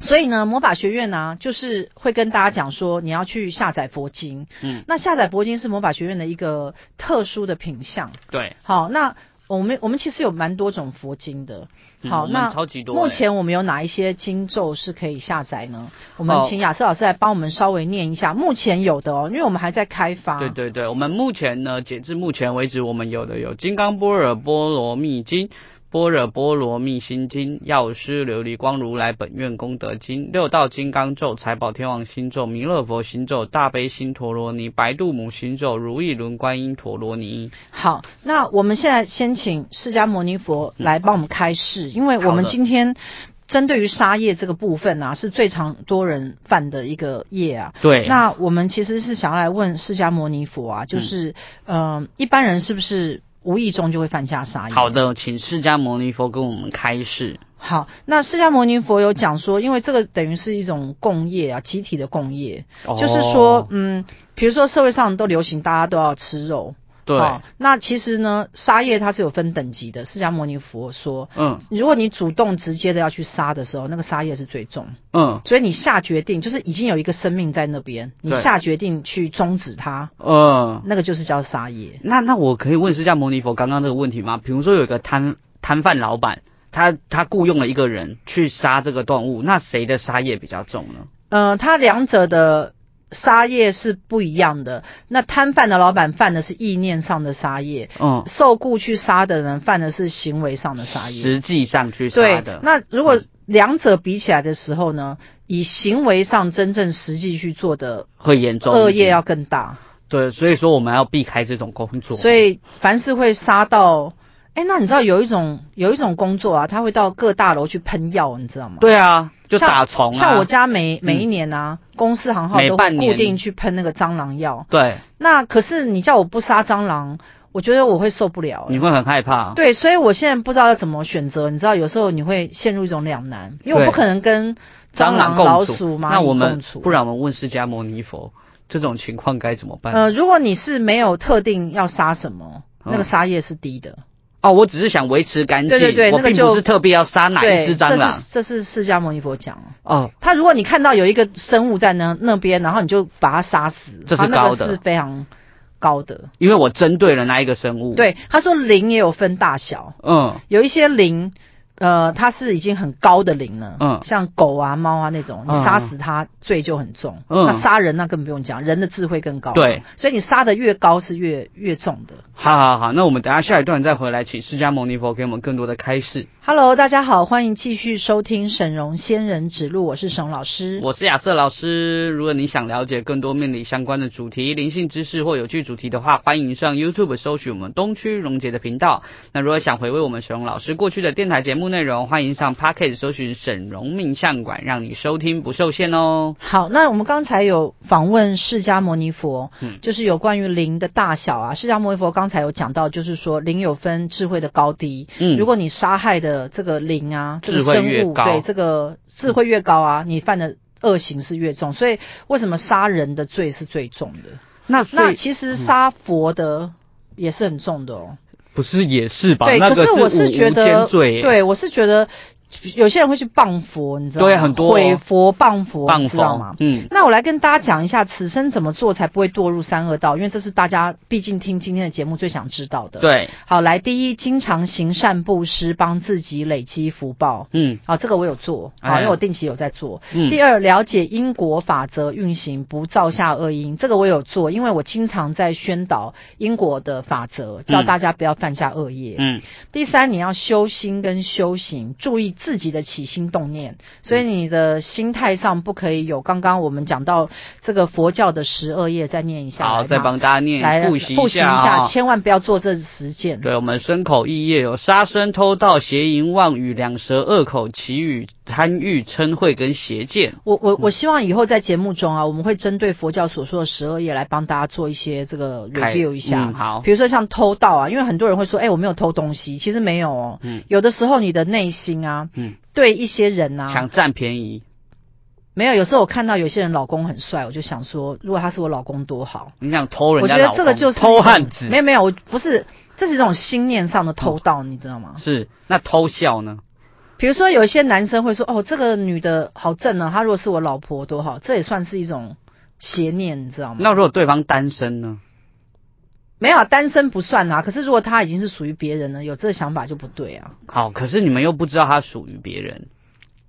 S1: 所以呢，魔法学院呢、就是会跟大家讲说，你要去下载佛经。
S2: 嗯，
S1: 那下载佛经是魔法学院的一个特殊的品相。
S2: 对，
S1: 好，那我们我们其实有蛮多种佛经的。
S2: 嗯
S1: 好，
S2: 我们
S1: 那
S2: 超级多欸
S1: 目前我们有哪一些经咒是可以下载呢？我们
S2: 哦
S1: 请雅思老师来帮我们稍微念一下，目前有的哦，因为我们还在开发。
S2: 对对对，我们目前呢，截至目前为止，我们有的有《金刚般若波罗蜜经》。般若波罗蜜心经、药师琉璃光如来本愿功德经、六道金刚咒、财宝天王心咒、弥勒佛心咒、大悲心陀罗尼、白度母心咒、如意轮观音陀罗尼。
S1: 好，那我们现在先请释迦牟尼佛来帮我们开示，因为我们
S2: 嗯好的
S1: 今天针对于沙业这个部分啊，是最常多人犯的一个业啊。
S2: 对，
S1: 那我们其实是想要来问释迦牟尼佛啊，就是，嗯、一般人是不是无意中就会犯下杀业？
S2: 好，的，请释迦牟尼佛跟我们开示。
S1: 好，那释迦牟尼佛有讲说，因为这个等于是一种共业啊，集体的共业，就是说
S2: 哦，，
S1: 嗯，比如说社会上都流行大家都要吃肉，
S2: 对，
S1: 好那其实呢，杀业它是有分等级的，释迦牟尼佛说。
S2: 嗯
S1: 如果你主动直接的要去杀的时候，那个杀业是最重，
S2: 嗯
S1: 所以你下决定就是已经有一个生命在那边，你
S2: 对
S1: 下决定去终止它，
S2: 嗯，
S1: 那个就是叫杀业。
S2: 那那我可以问释迦牟尼佛刚刚这个问题吗？比如说有一个摊摊贩老板，他他雇佣了一个人去杀这个动物，那谁的杀业比较重呢？
S1: 呃，它两者的杀业是不一样的。那摊贩的老板犯的是意念上的杀业，
S2: 嗯，
S1: 受雇去杀的人犯的是行为上的杀业。
S2: 实际上去杀
S1: 对
S2: 的，。嗯
S1: 那如果两者比起来的时候呢，以行为上真正实际去做的
S2: 会严重一点
S1: 恶业要更大。
S2: 对，所以说我们要避开这种工作。
S1: 所以凡是会杀到，哎，那你知道有一种有一种工作啊，他会到各大楼去喷药，你知道吗？
S2: 对啊，就
S1: 像
S2: 打虫啊。
S1: 像我家每每一年啊，公司行号
S2: 每
S1: 都
S2: 半
S1: 会
S2: 年
S1: 固定去喷那个蟑螂药。
S2: 对，
S1: 那可是你叫我不杀蟑螂，我觉得我会受不了。
S2: 你会很害怕。
S1: 对，所以我现在不知道要怎么选择。你知道，有时候你会陷入一种两难，因为我
S2: 对
S1: 不可能跟
S2: 蟑
S1: 螂、老
S2: 共
S1: 鼠、蚂
S2: 那
S1: 蚁
S2: 我
S1: 共
S2: 们
S1: 处。
S2: 不然我们问释迦牟尼佛，这种情况该怎么办？
S1: 呃，如果你是没有特定要杀什么，
S2: 嗯
S1: 那个杀业是低的。
S2: 哦，我只是想维持干净，
S1: 对对对
S2: 我
S1: 那个
S2: 并不
S1: 就是
S2: 特别要杀哪一
S1: 对，
S2: 只蟑螂。
S1: 这是这是释迦牟尼佛讲哦。
S2: 哦，
S1: 他如果你看到有一个生物在那那边，然后你就把它杀死，
S2: 这是
S1: 他那
S2: 高
S1: 个
S2: 的
S1: 是非常高的。
S2: 因为我针对了那一个生物。，
S1: 对，他说灵也有分大小，
S2: 嗯，
S1: 有一些灵，呃，它是已经很高的灵了，
S2: 嗯
S1: 像狗啊、猫啊那种，你
S2: 嗯
S1: 杀死它罪就很重。
S2: 嗯
S1: 那杀人那更不用讲，人的智慧更高。
S2: 对，
S1: 所以你杀的越高是越越重的。
S2: 好好好，那我们等一下下一段再回来，请释迦牟尼佛给我们更多的开示。
S1: Hello，大家好，欢迎继续收听沈荣仙人指路，我是沈老师。
S2: 我是亚瑟老师，如果你想了解更多命理相关的主题、灵性知识或有趣主题的话，欢迎上 YouTube 搜寻我们东区荣杰的频道。那如果想回味我们沈荣老师过去的电台节目内容，欢迎上 Pocket 搜寻沈荣命相馆，让你收听不受限哦。
S1: 好，那我们刚才有访问释迦牟尼佛，
S2: 嗯
S1: 就是有关于灵的大小啊。释迦牟尼佛刚才有讲到，就是说灵有分智慧的高低。
S2: 嗯，
S1: 如果你杀害的这个灵啊，这个
S2: 智慧越
S1: 生物，
S2: 高嗯
S1: 对这个智慧越高啊，你犯的恶行是越重。所以为什么杀人的罪是最重的？
S2: 那所
S1: 那
S2: 以
S1: 其实杀佛的也是很重的哦。
S2: 不是也是吧？
S1: 对，
S2: 那个
S1: 可是我是
S2: 五
S1: 觉
S2: 无
S1: 得
S2: 间，罪耶
S1: 对我是觉得有些人会去谤佛，你知道吗？
S2: 对很多哦
S1: 毁佛、谤佛，
S2: 谤
S1: 你知道吗
S2: 佛？，嗯，
S1: 那我来跟大家讲一下，此生怎么做才不会堕入三恶道，因为这是大家毕竟听今天的节目最想知道的。，
S2: 对，
S1: 好，来，第一，经常行善布施，帮自己累积福报。
S2: 嗯
S1: 好，这个我有做，好，
S2: 哎
S1: 因为我定期有在做。
S2: 嗯，
S1: 第二，了解因果法则运行，不造下恶因，这个我有做，因为我经常在宣导因果的法则，叫
S2: 嗯
S1: 大家不要犯下恶业。
S2: 嗯，
S1: 第三，你要修心跟修行，注意自己的起心动念，所以你的心态上不可以有刚刚我们讲到这个佛教的十二页，再念一下来吗，
S2: 好，再帮大家
S1: 来
S2: 念复习
S1: 复习一下，
S2: 啊。
S1: 千万不要做这十件。
S2: 对我们身口意业有杀生、偷盗、邪淫、妄语、两舌、恶口、绮语、贪欲、嗔恚跟邪见。
S1: 我我我希望以后在节目中啊，我们会针对佛教所说的十二页来帮大家做一些这个
S2: 开
S1: review 一下。
S2: 嗯好
S1: 比如说像偷盗啊，因为很多人会说，哎、我没有偷东西，其实没有哦。
S2: 嗯
S1: 有的时候你的内心啊，
S2: 嗯，
S1: 对一些人啊，
S2: 想占便宜，
S1: 没有，有时候我看到有些人老公很帅，我就想说，如果他是我老公多好。
S2: 你想偷人
S1: 我
S2: 家
S1: 觉得
S2: 老公，
S1: 这个就是
S2: 偷汉子，
S1: 没有没有，我不是，这是一种心念上的偷盗，
S2: 嗯
S1: 你知道吗？
S2: 是那偷笑呢？
S1: 比如说有一些男生会说，哦，这个女的好正啊，她如果是我老婆多好，这也算是一种邪念，你知道吗？
S2: 那如果对方单身呢？
S1: 没有啊，单身不算啊。可是如果他已经是属于别人了，有这个想法就不对啊。
S2: 好，可是你们又不知道他属于别人，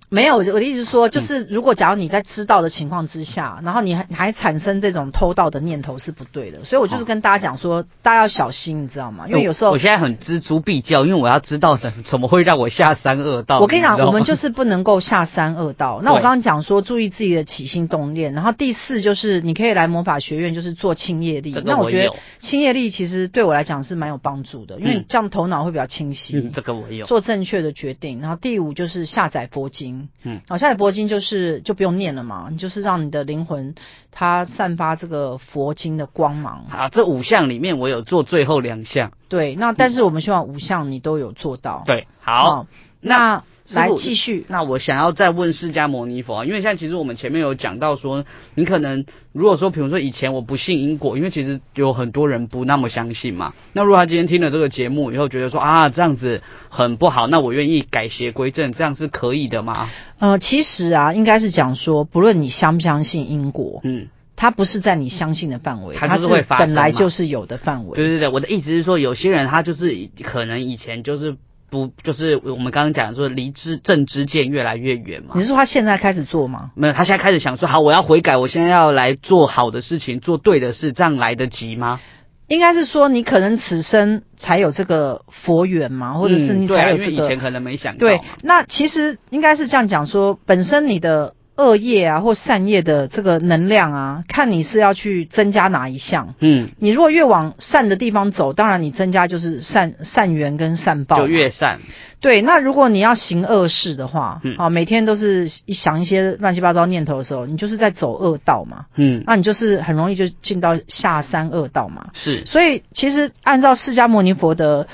S1: 没有，我的意思是说，就是
S2: 嗯
S1: 如果假如你在知道的情况之下，然后你还还产生这种偷盗的念头是不对的，所以我就是跟大家讲说，大家要小心，你知道吗？因为有时
S2: 我
S1: 候
S2: 我现在很知足必较，因为我要知道怎怎么会让我下三恶道。
S1: 我跟你讲，
S2: 知道
S1: 我
S2: 吗
S1: 们就是不能够下三恶道。那我刚刚讲说，注意自己的起心动念，然后第四就是你可以来魔法学院，就是做清业力
S2: 这。个
S1: 那
S2: 我
S1: 我觉得
S2: 有，
S1: 清业力其实对我来讲是蛮有帮助的，因为
S2: 嗯
S1: 这样头脑会比较清晰。
S2: 嗯这个我有，
S1: 做正确的决定。然后第五就是下载佛经，
S2: 嗯，
S1: 好、下载佛经就是就不用念了嘛，你就是让你的灵魂它散发这个佛经的光芒。
S2: 好，这五项里面我有做最后两项。
S1: 对，那但是我们希望五项你都有做到。
S2: 对，好，
S1: 哦那
S2: 师
S1: 来
S2: 父
S1: 继续。
S2: 那我想要再问释迦牟尼佛、啊，因为现在其实我们前面有讲到说，你可能如果说，比如说以前我不信因果，因为其实有很多人不那么相信嘛。那如果他今天听了这个节目以后，觉得说啊这样子很不好，那我愿意改邪归正，这样是可以的吗？
S1: 呃，其实啊，应该是讲说，不论你相不相信因果，
S2: 嗯，
S1: 它不是在你相信的范围，
S2: 它
S1: 它
S2: 就是会发生
S1: 本来
S2: 嘛
S1: 就是有的范围。
S2: 对对对，我的意思是说，有些人他就是可能以前就是不就是我们刚刚讲说离知正知见越来越远嘛。
S1: 你是说他现在开始做吗？
S2: 没有，他现在开始想说，好，我要悔改，我现在要来做好的事情，做对的事，这样来得及吗？
S1: 应该是说你可能此生才有这个佛缘嘛，或者是
S2: 嗯
S1: 你
S2: 对啊
S1: 才有
S2: 因为
S1: 这
S2: 以
S1: 个
S2: 前可能没想到，
S1: 对，那其实应该是这样讲说，本身你的恶业啊或善业的这个能量啊，看你是要去增加哪一项。
S2: 嗯，
S1: 你如果越往善的地方走，当然你增加就是善善缘跟善报嘛。
S2: 就越善，
S1: 对。那如果你要行恶事的话，
S2: 嗯
S1: 啊，每天都是一想一些乱七八糟念头的时候，你就是在走恶道嘛，
S2: 嗯，
S1: 那你就是很容易就进到下三恶道嘛。
S2: 是，
S1: 所以其实按照释迦牟尼佛的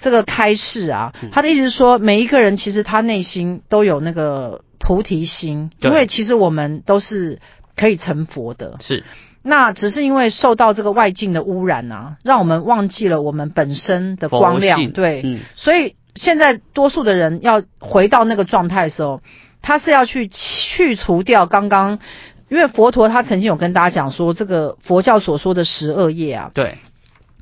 S1: 这个开示啊，
S2: 嗯
S1: 他的意思是说，每一个人其实他内心都有那个菩提心，
S2: 对
S1: 因为其实我们都是。可以成佛的，
S2: 是，
S1: 那只是因为受到这个外境的污染啊，让我们忘记了我们本身的
S2: 佛
S1: 光亮。
S2: 性
S1: 对，
S2: 嗯，
S1: 所以现在多数的人要回到那个状态的时候，他是要去去除掉刚刚，因为佛陀他曾经有跟大家讲说，这个佛教所说的十二业啊，
S2: 对，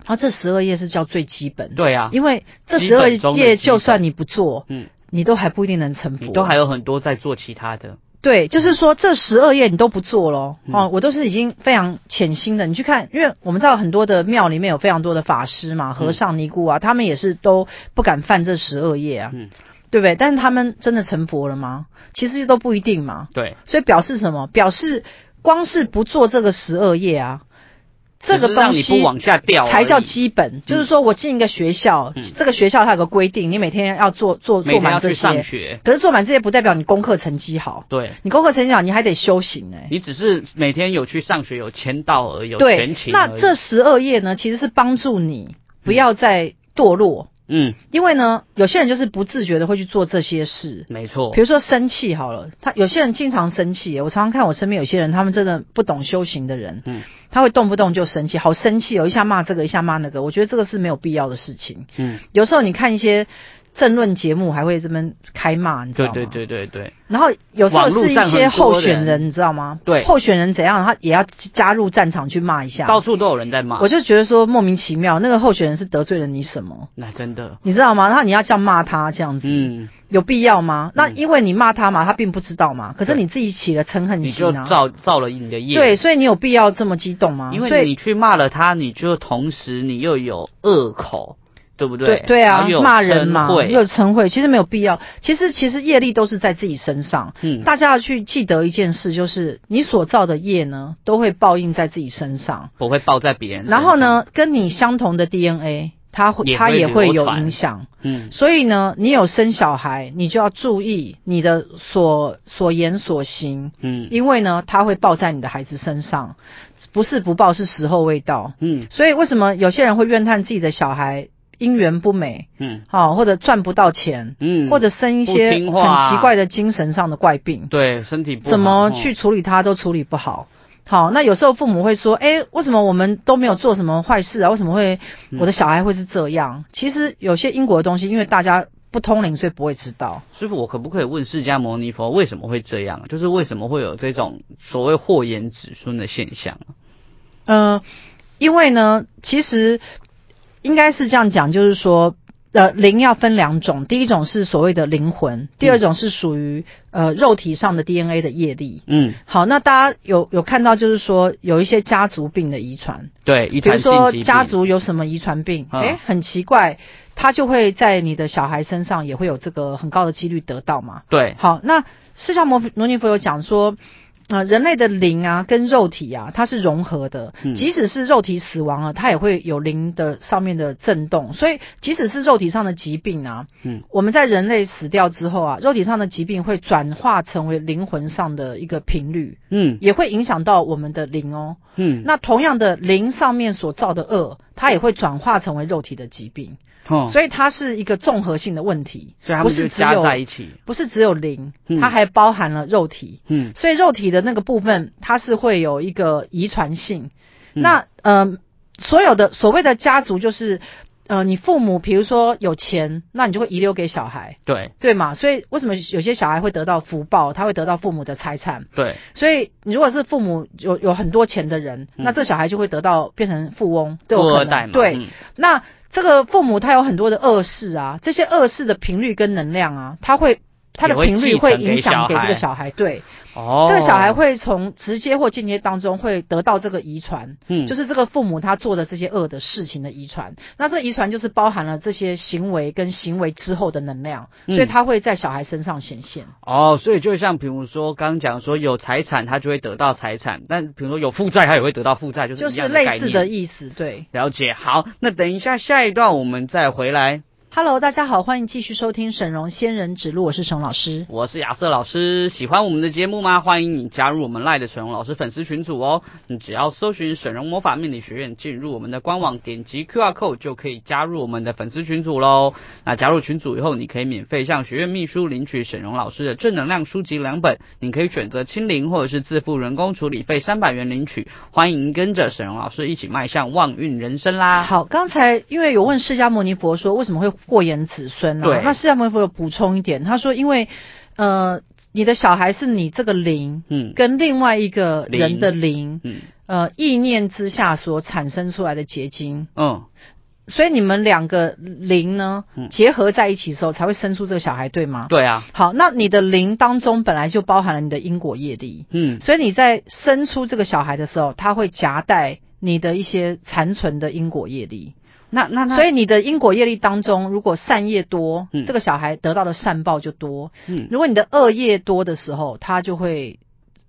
S1: 啊，这十二页是叫最基本，
S2: 对啊，
S1: 因为这
S2: 基
S1: 十二
S2: 本中的基
S1: 页
S2: 本
S1: 就算你不做，
S2: 嗯，
S1: 你都还不一定能成
S2: 你
S1: 佛。
S2: 都还有很多在做其他的，
S1: 对，就是说这十二页你都不做咯。
S2: 嗯
S1: 哦，我都是已经非常潜心的。你去看，因为我们知道很多的庙里面有非常多的法师
S2: 嗯
S1: 嘛、和尚、尼姑啊，他们也是都不敢犯这十二页啊，
S2: 嗯
S1: 对不对？但是他们真的成佛了吗？其实都不一定嘛。
S2: 对，
S1: 所以表示什么？表示光是不做这个十二页啊，这
S2: 只
S1: 个
S2: 是让
S1: 东
S2: 你不
S1: 西
S2: 往下掉而已，
S1: 才叫基本。就是说我进一个学校，
S2: 嗯
S1: 这个学校它有个规定，你每天要做做
S2: 每
S1: 做
S2: 天要
S1: 满
S2: 去
S1: 这
S2: 上
S1: 些。
S2: 学，
S1: 可是做满这些不代表你功课成绩好，
S2: 对。
S1: 你功课成绩好，你还得修行哎、
S2: 你只是每天有去上学，有签到而已，有全
S1: 对
S2: 勤，而
S1: 那
S2: 已
S1: 这十二页呢，其实是帮助你不要再堕落，
S2: 嗯，
S1: 因为呢，有些人就是不自觉的会去做这些事。
S2: 没错
S1: 比，如说生气好了，他有些人经常生气耶，我常常看我身边有些人，他们真的不懂修行的人，
S2: 嗯
S1: 他会动不动就生气，好生气哦，一下骂这个，一下骂那个，我觉得这个是没有必要的事情。
S2: 嗯，
S1: 有时候你看一些政论节目，还会这边开骂，你知道
S2: 对
S1: 吗？
S2: 对。对对对，
S1: 然后有时候是一些候选
S2: 网络上很多人
S1: 人，你知道吗？
S2: 对
S1: 候选人怎样，他也要加入战场去骂一下。
S2: 到处都有人在骂
S1: 我，就觉得说莫名其妙，那个候选人是得罪了你什么？
S2: 那真的，
S1: 你知道吗？然后你要这样骂他，这样子、
S2: 嗯，
S1: 有必要吗？那
S2: 嗯
S1: 因为你骂他嘛，他并不知道嘛，可是
S2: 对
S1: 你自己起了嗔恨
S2: 你
S1: 心
S2: 就
S1: 啊。
S2: 造造了你的业，
S1: 对，，所以你有必要这么激动吗？
S2: 因
S1: 啊所
S2: 为
S1: 以
S2: 你去骂了他，你就同时你又有恶口，对不
S1: 对
S2: 对
S1: 啊
S2: 然后又，有
S1: 骂人嘛，
S2: 嗔恚
S1: 又有嗔恚，其实没有必要。其实其实业力都是在自己身上，
S2: 嗯，
S1: 大家要去记得一件事，就是你所造的业呢，都会报应在自己身上。
S2: 不会报在别人。
S1: 然后？呢，跟你相同的 DNA，它会
S2: 也
S1: 它
S2: 会
S1: 也会
S2: 流
S1: 有
S2: 传
S1: 影响。
S2: 嗯，
S1: 所以呢，你有生小孩，你就要注意你的所所言所行，
S2: 嗯
S1: 因为呢，它会报在你的孩子身上，不是不报，是时候未到。
S2: 嗯
S1: 所以为什么有些人会怨叹自己的小孩姻缘不美，
S2: 嗯
S1: 哦，或者赚不到钱，
S2: 嗯，
S1: 或者生一些
S2: 不
S1: 很
S2: 听话啊
S1: 奇怪的精神上的怪病，
S2: 对身体不好哦
S1: 怎么去？处理它都处理不好。好，那有时候父母会说，哎，为什么我们都没有做什么坏事啊？为什么会
S2: 嗯
S1: 我的小孩会是这样？其实有些因果的东西，因为大家不通灵，所以不会知道
S2: 哦。师傅，我可不可以问释迦牟尼佛为什么会这样？就是为什么会有这种所谓祸延子孙的现象？
S1: 嗯、因为呢，其实应该是这样讲，就是说。呃，灵要分两种，第一种是所谓的灵
S2: 嗯
S1: 魂，第二种是属于呃肉体上的 DNA 的业力。
S2: 嗯，
S1: 好，那大家有有看到，就是说有一些家族病的遗传，
S2: 对，遗
S1: 比如
S2: 传性
S1: 说
S2: 疾病
S1: 家族有什么遗传病，
S2: 嗯
S1: 诶，很奇怪，它就会在你的小孩身上也会有这个很高的几率得到嘛。
S2: 对，
S1: 好，那释迦牟牟尼佛有讲说，呃，人类的灵啊跟肉体啊，它是融合的，
S2: 嗯
S1: 即使是肉体死亡了，它也会有灵的上面的震动，所以即使是肉体上的疾病啊，
S2: 嗯，
S1: 我们在人类死掉之后啊，肉体上的疾病会转化成为灵魂上的一个频率，
S2: 嗯
S1: 也会影响到我们的灵哦。
S2: 嗯，
S1: 那同样的灵上面所造的恶，它也会转化成为肉体的疾病，
S2: 哦，
S1: 所以它是一个综合性的问题，
S2: 所以他
S1: 不
S2: 们就是
S1: 只
S2: 加
S1: 有
S2: 在一起，
S1: 不是只有灵，
S2: 嗯
S1: 它还包含了肉体，
S2: 嗯，
S1: 所以肉体的那个部分，它是会有一个遗传性。
S2: 嗯
S1: 那呃，所有的所谓的家族就是，呃，你父母比如说有钱，那你就会遗留给小孩，
S2: 对
S1: 对嘛？所以为什么有些小孩会得到福报，他会得到父母的财产？
S2: 对，
S1: 所以你如果是父母有有很多钱的人，
S2: 嗯
S1: 那这小孩就会得到变成富翁，都有
S2: 富
S1: 可
S2: 二代
S1: 能。
S2: 嘛，
S1: 对，
S2: 嗯
S1: 那这个父母他有很多的恶事啊，这些恶事的频率跟能量啊，他会他的
S2: 也会
S1: 频率
S2: 继
S1: 会
S2: 承给
S1: 影响给
S2: 小
S1: 这
S2: 孩
S1: 个小孩，对，
S2: 哦，
S1: 这个小孩会从直接或间接当中会得到这个遗传，
S2: 嗯，
S1: 就是是这个父母他做的这些恶的事情的遗传。那这个遗传就是包含了这些行为跟行为之后的能量，所以
S2: 嗯
S1: 他会在小孩身上显现。
S2: 哦，所以就像比如说刚刚讲说有财产他就会得到财产，但比如说有负债他也会得到负债，就是
S1: 就
S2: 一
S1: 是
S2: 样的概
S1: 类
S2: 念。
S1: 似的意思，对。
S2: 了解，好，那等一下下一段我们再回来。
S1: Hello，大家好，欢迎继续收听沈荣仙人指路，我是沈老师。
S2: 我是亚瑟老师，喜欢我们的节目吗？欢迎你加入我们赖的沈荣老师粉丝群组哦。你只要搜寻沈荣魔法命理学院，进入我们的官网，点击 QR code 就可以加入我们的粉丝群组喽。那加入群组以后，你可以免费向学院秘书领取沈荣老师的正能量书籍两本，你可以选择清零或者是自付人工处理费三百元领取。欢迎跟着沈荣老师一起迈向旺运人生啦！
S1: 好，刚才因为有问释迦牟尼佛说为什么会祸延子孙呢、
S2: 对
S1: 那释迦牟尼佛有补充一点，他说因为呃，你的小孩是你这个灵
S2: 嗯
S1: 跟另外一个人
S2: 灵
S1: 的灵，
S2: 嗯
S1: 呃，意念之下所产生出来的结晶，
S2: 嗯，
S1: 所以你们两个灵呢
S2: 嗯
S1: 结合在一起的时候，才会生出这个小孩，对吗？
S2: 对啊，
S1: 好，那你的灵当中本来就包含了你的因果业力，
S2: 嗯
S1: 所以你在生出这个小孩的时候，他会夹带你的一些残存的因果业力。
S2: 那那那，
S1: 所以你的因果业力当中，如果善业多，
S2: 嗯
S1: 这个小孩得到的善报就多；
S2: 嗯，
S1: 如果你的恶业多的时候，他就会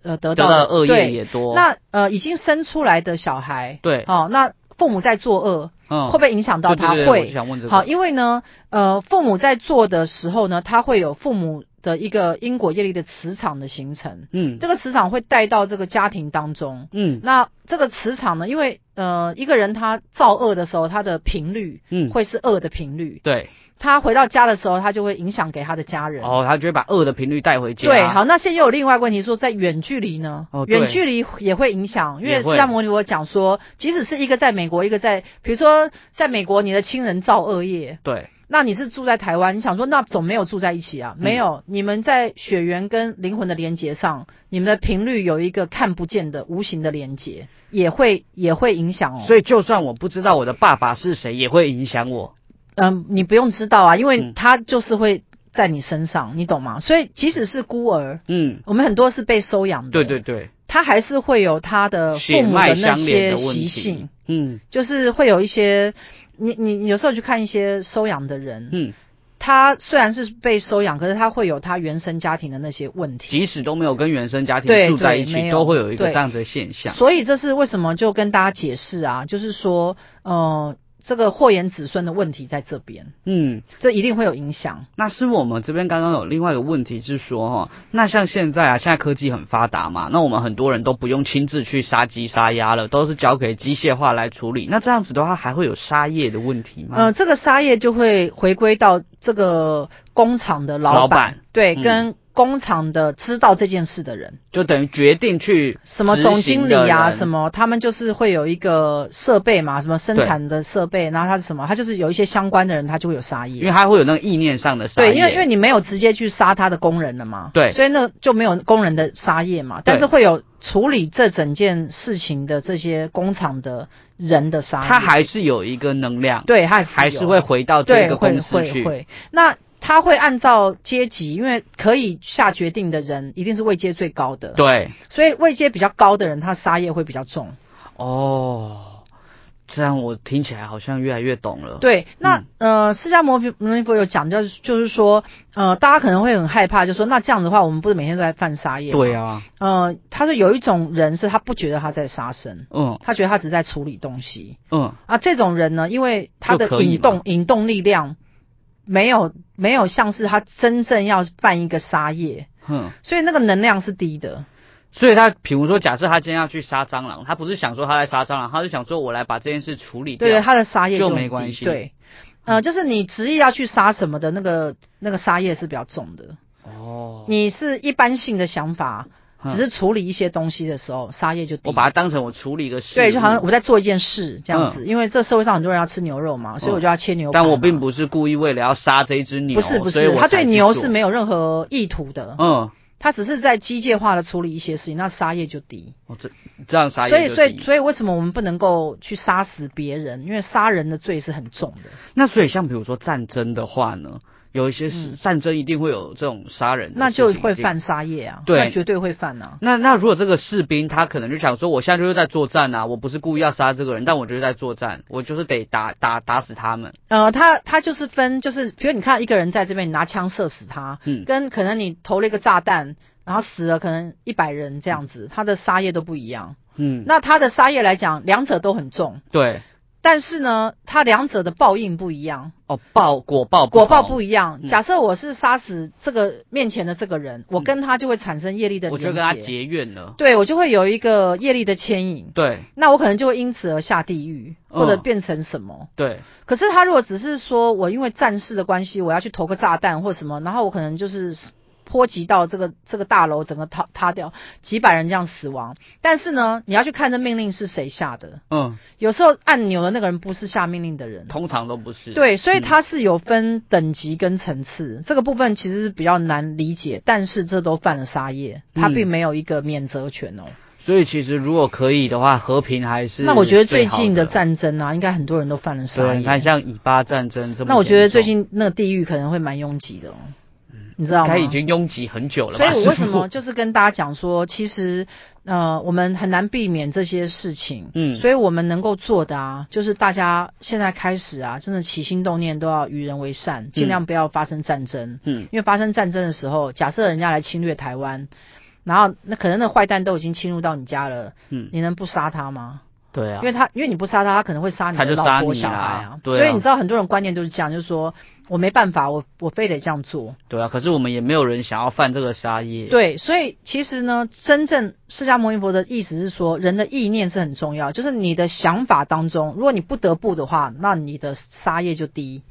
S1: 呃得
S2: 得
S1: 到
S2: 到恶业
S1: 对
S2: 也多。
S1: 那呃已经生出来的小孩，
S2: 对，
S1: 哦，那父母在作恶，
S2: 嗯，
S1: 会不会影响到
S2: 对
S1: 他？
S2: 对对我就
S1: 会。
S2: 想问这个。
S1: 好，因为呢，呃，父母在做的时候呢，他会有父母的一个因果业力的磁场的形成，
S2: 嗯
S1: 这个磁场会带到这个家庭当中。
S2: 嗯
S1: 那这个磁场呢，因为呃，一个人他造恶的时候，他的频率
S2: 嗯，
S1: 会是恶的频率。
S2: 对，
S1: 他回到家的时候，他就会影响给他的家人。
S2: 哦，他就会把恶的频率带回家。
S1: 对，好，那现在又有另外一个问题说，在远距离呢，
S2: 哦对
S1: 远距离也会影响，因为
S2: 也
S1: 释
S2: 会
S1: 迦牟尼佛讲说，即使是一个在美国，一个在，比如说在美国，你的亲人造恶业，
S2: 对，
S1: 那你是住在台湾，你想说那总没有住在一起啊？
S2: 嗯
S1: 没有，你们在血缘跟灵魂的连接上，你们的频率有一个看不见的无形的连接，也会也会影响哦。
S2: 所以就算我不知道我的爸爸是谁，也会影响我。
S1: 嗯，你不用知道啊，因为
S2: 嗯
S1: 他就是会在你身上，你懂吗？所以即使是孤儿，
S2: 嗯，
S1: 我们很多是被收养的，
S2: 对对，对，
S1: 他还是会有他的呃父
S2: 血
S1: 母的
S2: 脉
S1: 那
S2: 相连
S1: 些
S2: 的问
S1: 习
S2: 题
S1: 性，。
S2: 嗯
S1: 就是会有一些，你你你有时候去看一些收养的人，
S2: 嗯，
S1: 他虽然是被收养，可是他会有他原生家庭的那些问题。
S2: 即使都没有跟原生家
S1: 对
S2: 庭住在
S1: 对
S2: 一
S1: 没
S2: 起，
S1: 有
S2: 都会有一个
S1: 对
S2: 这样的现象。
S1: 所以这是为什么就跟大家解释啊，就是说，呃，这个祸延子孙的问题在这边，
S2: 嗯，
S1: 这一定会有影响。
S2: 那是我们这边刚刚有另外一个问题是说，哈，那像现在啊，现在科技很发达嘛，那我们很多人都不用亲自去杀鸡杀鸭了，都是交给机械化来处理。那这样子的话，还会有杀业的问题吗？
S1: 呃呃，这个沙业就会回归到这个工厂的老
S2: 老板
S1: 对，
S2: 嗯
S1: 跟工厂的知道这件事的人，
S2: 就等于决定去
S1: 什么总经理啊，什
S2: 么
S1: 么他们就是会有一个设备嘛，什么生产的设备，然后他是什么，他就是有一些相关的人，他就会有杀
S2: 因
S1: 业。
S2: 为他会有那个意念上的杀
S1: 对，
S2: 业
S1: 因为因为你没有直接去杀他的工人了嘛，
S2: 对
S1: 所以那就没有工人的杀业嘛，但是会有处理这整件事情的这些工厂的人的杀业，
S2: 他还是有一个能量，
S1: 对，他
S2: 还
S1: 有
S2: 是会回到
S1: 对，
S2: 这个公司
S1: 会会
S2: 去。
S1: 会，那他会按照阶级，因为可以下决定的人一定是位阶最高的，
S2: 对，
S1: 所以位阶比较高的人，他杀业会比较重。
S2: 哦，这样我听起来好像越来越懂了。
S1: 对，那、呃，释迦牟尼牟尼佛有讲，就是就是说，呃，大家可能会很害怕，就说那这样的话，我们不是每天都在犯杀业？
S2: 对。啊，
S1: 呃，他说有一种人是他不觉得他在杀生，
S2: 嗯
S1: 他觉得他只是在处理东西
S2: 嗯，
S1: 啊。这种人呢，因为他的
S2: 就可以
S1: 引
S2: 嘛
S1: 动引动力量没有没有像是他真正要办一个杀业，
S2: 哼，
S1: 所以那个能量是低的。
S2: 所以他，比如说，假设他今天要去杀蟑螂，他不是想说他在杀蟑螂，他是想说我来把这件事处理掉。
S1: 对对，他的杀业
S2: 就
S1: 很
S2: 没
S1: 低
S2: 关系嗯
S1: 对，呃，就是你执意要去杀什么的那个那个杀业是比较重的。
S2: 哦，
S1: 你是一般性的想法，
S2: 嗯
S1: 只是处理一些东西的时候，杀业就低。
S2: 我把它当成我处理一个事物，
S1: 对，就好像我在做一件事这样子，因为这社会上很多人要吃牛肉嘛，所以我就要切牛排嘛。
S2: 嗯但我并不是故意为了要杀这一只牛，
S1: 不是不
S2: 所以
S1: 是，
S2: 我
S1: 他
S2: 才
S1: 对
S2: 去
S1: 牛
S2: 做
S1: 是没有任何意图的，
S2: 嗯，
S1: 他只是在机械化的处理一些事情，那杀业就低。
S2: 我哦这这样杀
S1: 所
S2: 也
S1: 以
S2: 就
S1: 所以
S2: 低
S1: 所以为什么我们不能够去杀死别人？因为杀人的罪是很重的。
S2: 那所以像比如说战争的话呢，有一些是、战争一定会有这种杀人的
S1: 嗯那
S2: 嗯事情
S1: 就
S2: 一定，
S1: 会犯杀业啊，
S2: 对
S1: 那绝对会犯啊。
S2: 那那如果这个士兵他可能就想说，我现在就是在作战啊，我不是故意要杀这个人，但我就是在作战，我就是得打打打死他们。
S1: 呃，他他就是分，就是比如你看到一个人在这边，你拿枪射死他，
S2: 嗯
S1: 跟可能你投了一个炸弹，然后死了可能一百人这样子，他的杀业都不一样。
S2: 嗯，
S1: 那他的杀业来讲，两者都很重，
S2: 对，
S1: 但是呢，他两者的报应不一样，
S2: 哦，报果报
S1: 果报
S2: 同
S1: 不一样。
S2: 嗯
S1: 假设我是杀死这个面前的这个人，我跟他就会产生业力的
S2: 我
S1: 连
S2: 就
S1: 结，
S2: 跟他结怨了。
S1: 对我就会有一个业力的牵引，
S2: 对
S1: 那我可能就会因此而下地狱，或者
S2: 嗯
S1: 变成什么。
S2: 对，
S1: 可是他如果只是说我因为战事的关系，我要去投个炸弹或什么，然后我可能就是波及到这个这个大楼整个塌塌掉，几百人这样死亡。但是呢，你要去看这命令是谁下的，
S2: 嗯，
S1: 有时候按钮的那个人不是下命令的人。
S2: 通常都不是。，嗯
S1: 对，所以它是有分等级跟层次，这个部分其实是比较难理解，但是这都犯了杀业，它
S2: 嗯
S1: 并没有一个免责权哦。
S2: 所以其实如果可以的话，和平还是
S1: 那我觉得最
S2: 好
S1: 近
S2: 的
S1: 的战争啊，应该很多人都犯了杀
S2: 对，
S1: 业。
S2: 你看像以巴战争这么严重，
S1: 那我觉得最近那个地狱可能会蛮拥挤的、哦，你知道
S2: 应
S1: 吗
S2: 该？已经拥挤很久了
S1: 所以
S2: 吧？
S1: 我
S2: 师
S1: 为什
S2: 傅
S1: 么就是跟大家讲说，其实呃，我们很难避免这些事情。
S2: 嗯
S1: 所以我们能够做的啊，就是大家现在开始啊，真的起心动念都要与人为善，尽量不要发生战争。
S2: 嗯
S1: 因为发生战争的时候，假设人家来侵略台湾，然后那可能那坏蛋都已经侵入到你家了，
S2: 嗯，
S1: 你能不杀他吗？
S2: 对啊
S1: 因，为他因为你不杀他，他可能会杀你
S2: 他
S1: 的
S2: 就
S1: 老
S2: 杀
S1: 婆
S2: 你
S1: 小孩
S2: 啦
S1: 啊。
S2: 对啊
S1: 所以你知道很多人观念都是这样，就是说我没办法，我我非得这样做。
S2: 对啊，可是我们也没有人想要犯这个杀业。
S1: 对，所以其实呢，真正释迦牟尼佛的意思是说，人的意念是很重要，就是你的想法当中，如果你不得不的话，那你的杀业就低。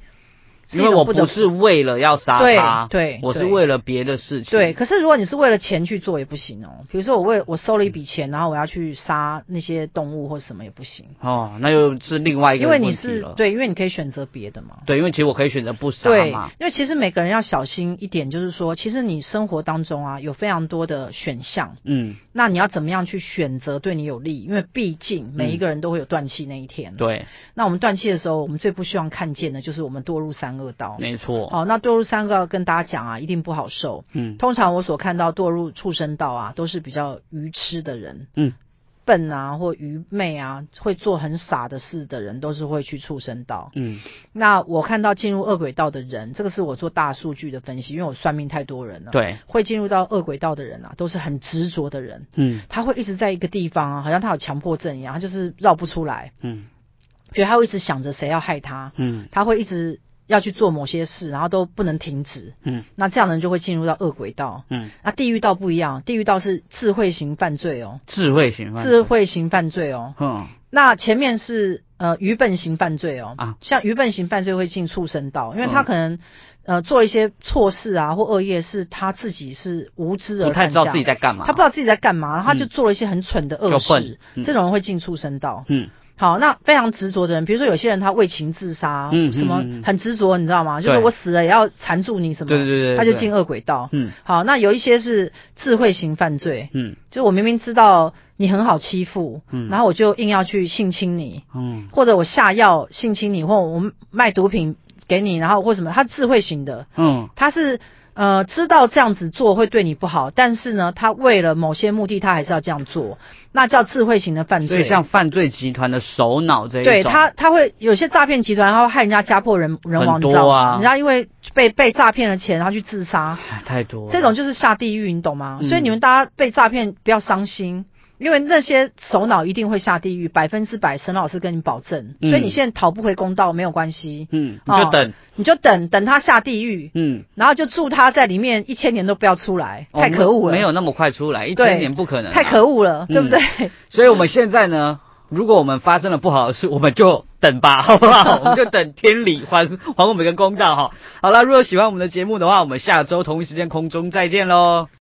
S1: 是一
S2: 因为
S1: 种
S2: 我
S1: 不得
S2: 不是为了要杀
S1: 对
S2: 他，
S1: 对
S2: 我是
S1: 对
S2: 为了别的事情。
S1: 对，，可是如果你是为了钱去做也不行哦。比如说我为我收了一笔钱，然后我要去杀那些动物或什么也不行，
S2: 哦，那又是另外一个
S1: 因为你
S2: 问题
S1: 是
S2: 了
S1: 对，因为你可以选择别的嘛。
S2: 对，因为其实我可以选择不杀
S1: 对
S2: 嘛。，
S1: 因为其实每个人要小心一点，就是说，其实你生活当中啊有非常多的选项，
S2: 嗯，
S1: 那你要怎么样去选择对你有利？因为毕竟每一个人都会有断气那一天。
S2: 嗯对，
S1: 那我们断气的时候，我们最不希望看见的就是我们堕入三恶道。
S2: 没错。
S1: 哦，那堕入三恶道跟大家讲啊，一定不好受。
S2: 嗯
S1: 通常我所看到堕入畜生道啊，都是比较愚痴的人。
S2: 嗯。
S1: 笨啊，或愚昧啊，会做很傻的事的人，都是会去畜生道。
S2: 嗯，
S1: 那我看到进入恶鬼道的人，这个是我做大数据的分析，因为我算命太多人了。，
S2: 对，
S1: 会进入到恶鬼道的人啊，都是很执着的人，
S2: 嗯
S1: 他会一直在一个地方啊，好像他有强迫症一样，他就是绕不出来，
S2: 嗯
S1: 觉得他会一直想着谁要害他，
S2: 嗯
S1: 他会一直要去做某些事，然后都不能停止。
S2: 嗯
S1: 那这样的人就会进入到恶鬼道。
S2: 嗯，
S1: 那地狱道不一样，地狱道是智慧型犯罪哦，
S2: 智慧型犯罪
S1: 智慧型犯罪哦。
S2: 嗯
S1: 那前面是呃愚笨型犯罪哦，
S2: 啊
S1: 像愚笨型犯罪会进畜生道，因为他
S2: 嗯
S1: 可能、呃做一些错事啊或恶业，是他自己是无知而
S2: 不太
S1: 犯
S2: 知道
S1: 下
S2: 自己在干嘛。嗯
S1: 他不知道自己在干嘛，他就做了一些很蠢的恶
S2: 就
S1: 事
S2: 笨，嗯
S1: 这种人会进畜生道。
S2: 嗯，
S1: 好，那非常执着的人，比如说有些人他为情自杀，
S2: 嗯
S1: 什么
S2: 嗯嗯
S1: 很执着，你知道吗？就是
S2: 对
S1: 我死了也要缠住你什么，
S2: 对对对对
S1: 他就
S2: 对
S1: 进恶鬼道。
S2: 嗯
S1: 好，那有一些是智慧型犯罪，
S2: 嗯
S1: 就是我明明知道你很好欺负，
S2: 嗯
S1: 然后我就硬要去性侵你，
S2: 嗯
S1: 或者我下药性侵你，或我卖毒品给你，然后或什么，他智慧型的，
S2: 嗯
S1: 他是呃知道这样子做会对你不好，但是呢，他为了某些目的，他还是要这样做，那叫智慧型的犯
S2: 嗯，所以
S1: 罪。
S2: 像犯罪集团的首脑这一种，
S1: 对他，他会有些诈骗集团，他会害人家家破人人亡，
S2: 很
S1: 你
S2: 多
S1: 知道吗？
S2: 啊
S1: 人家因为被被诈骗了钱，然后去自杀，
S2: 唉哎太多了
S1: 这种就是下地狱，你懂吗？
S2: 啊嗯
S1: 所以你们大家被诈骗不要伤心，因为那些首脑一定会下地狱，百分之百，沈老师跟你保证。
S2: 嗯
S1: 所以你现在逃不回公道没有关系，
S2: 嗯，你
S1: 哦
S2: 就等
S1: 你就等等他下地狱，
S2: 嗯，
S1: 然后就祝他在里面一千年都不要出来，
S2: 哦
S1: 太可恶了，
S2: 没有那么快出来，一
S1: 对
S2: 千年不可能啊，
S1: 太可恶了，
S2: 嗯
S1: 对不对？
S2: 所以我们现在呢，如果我们发生了不好的事，我们就等吧， 好不好？我们就等天理还还我们一个公道哈。好了，如果喜欢我们的节目的话，我们下周同一时间空中再见喽。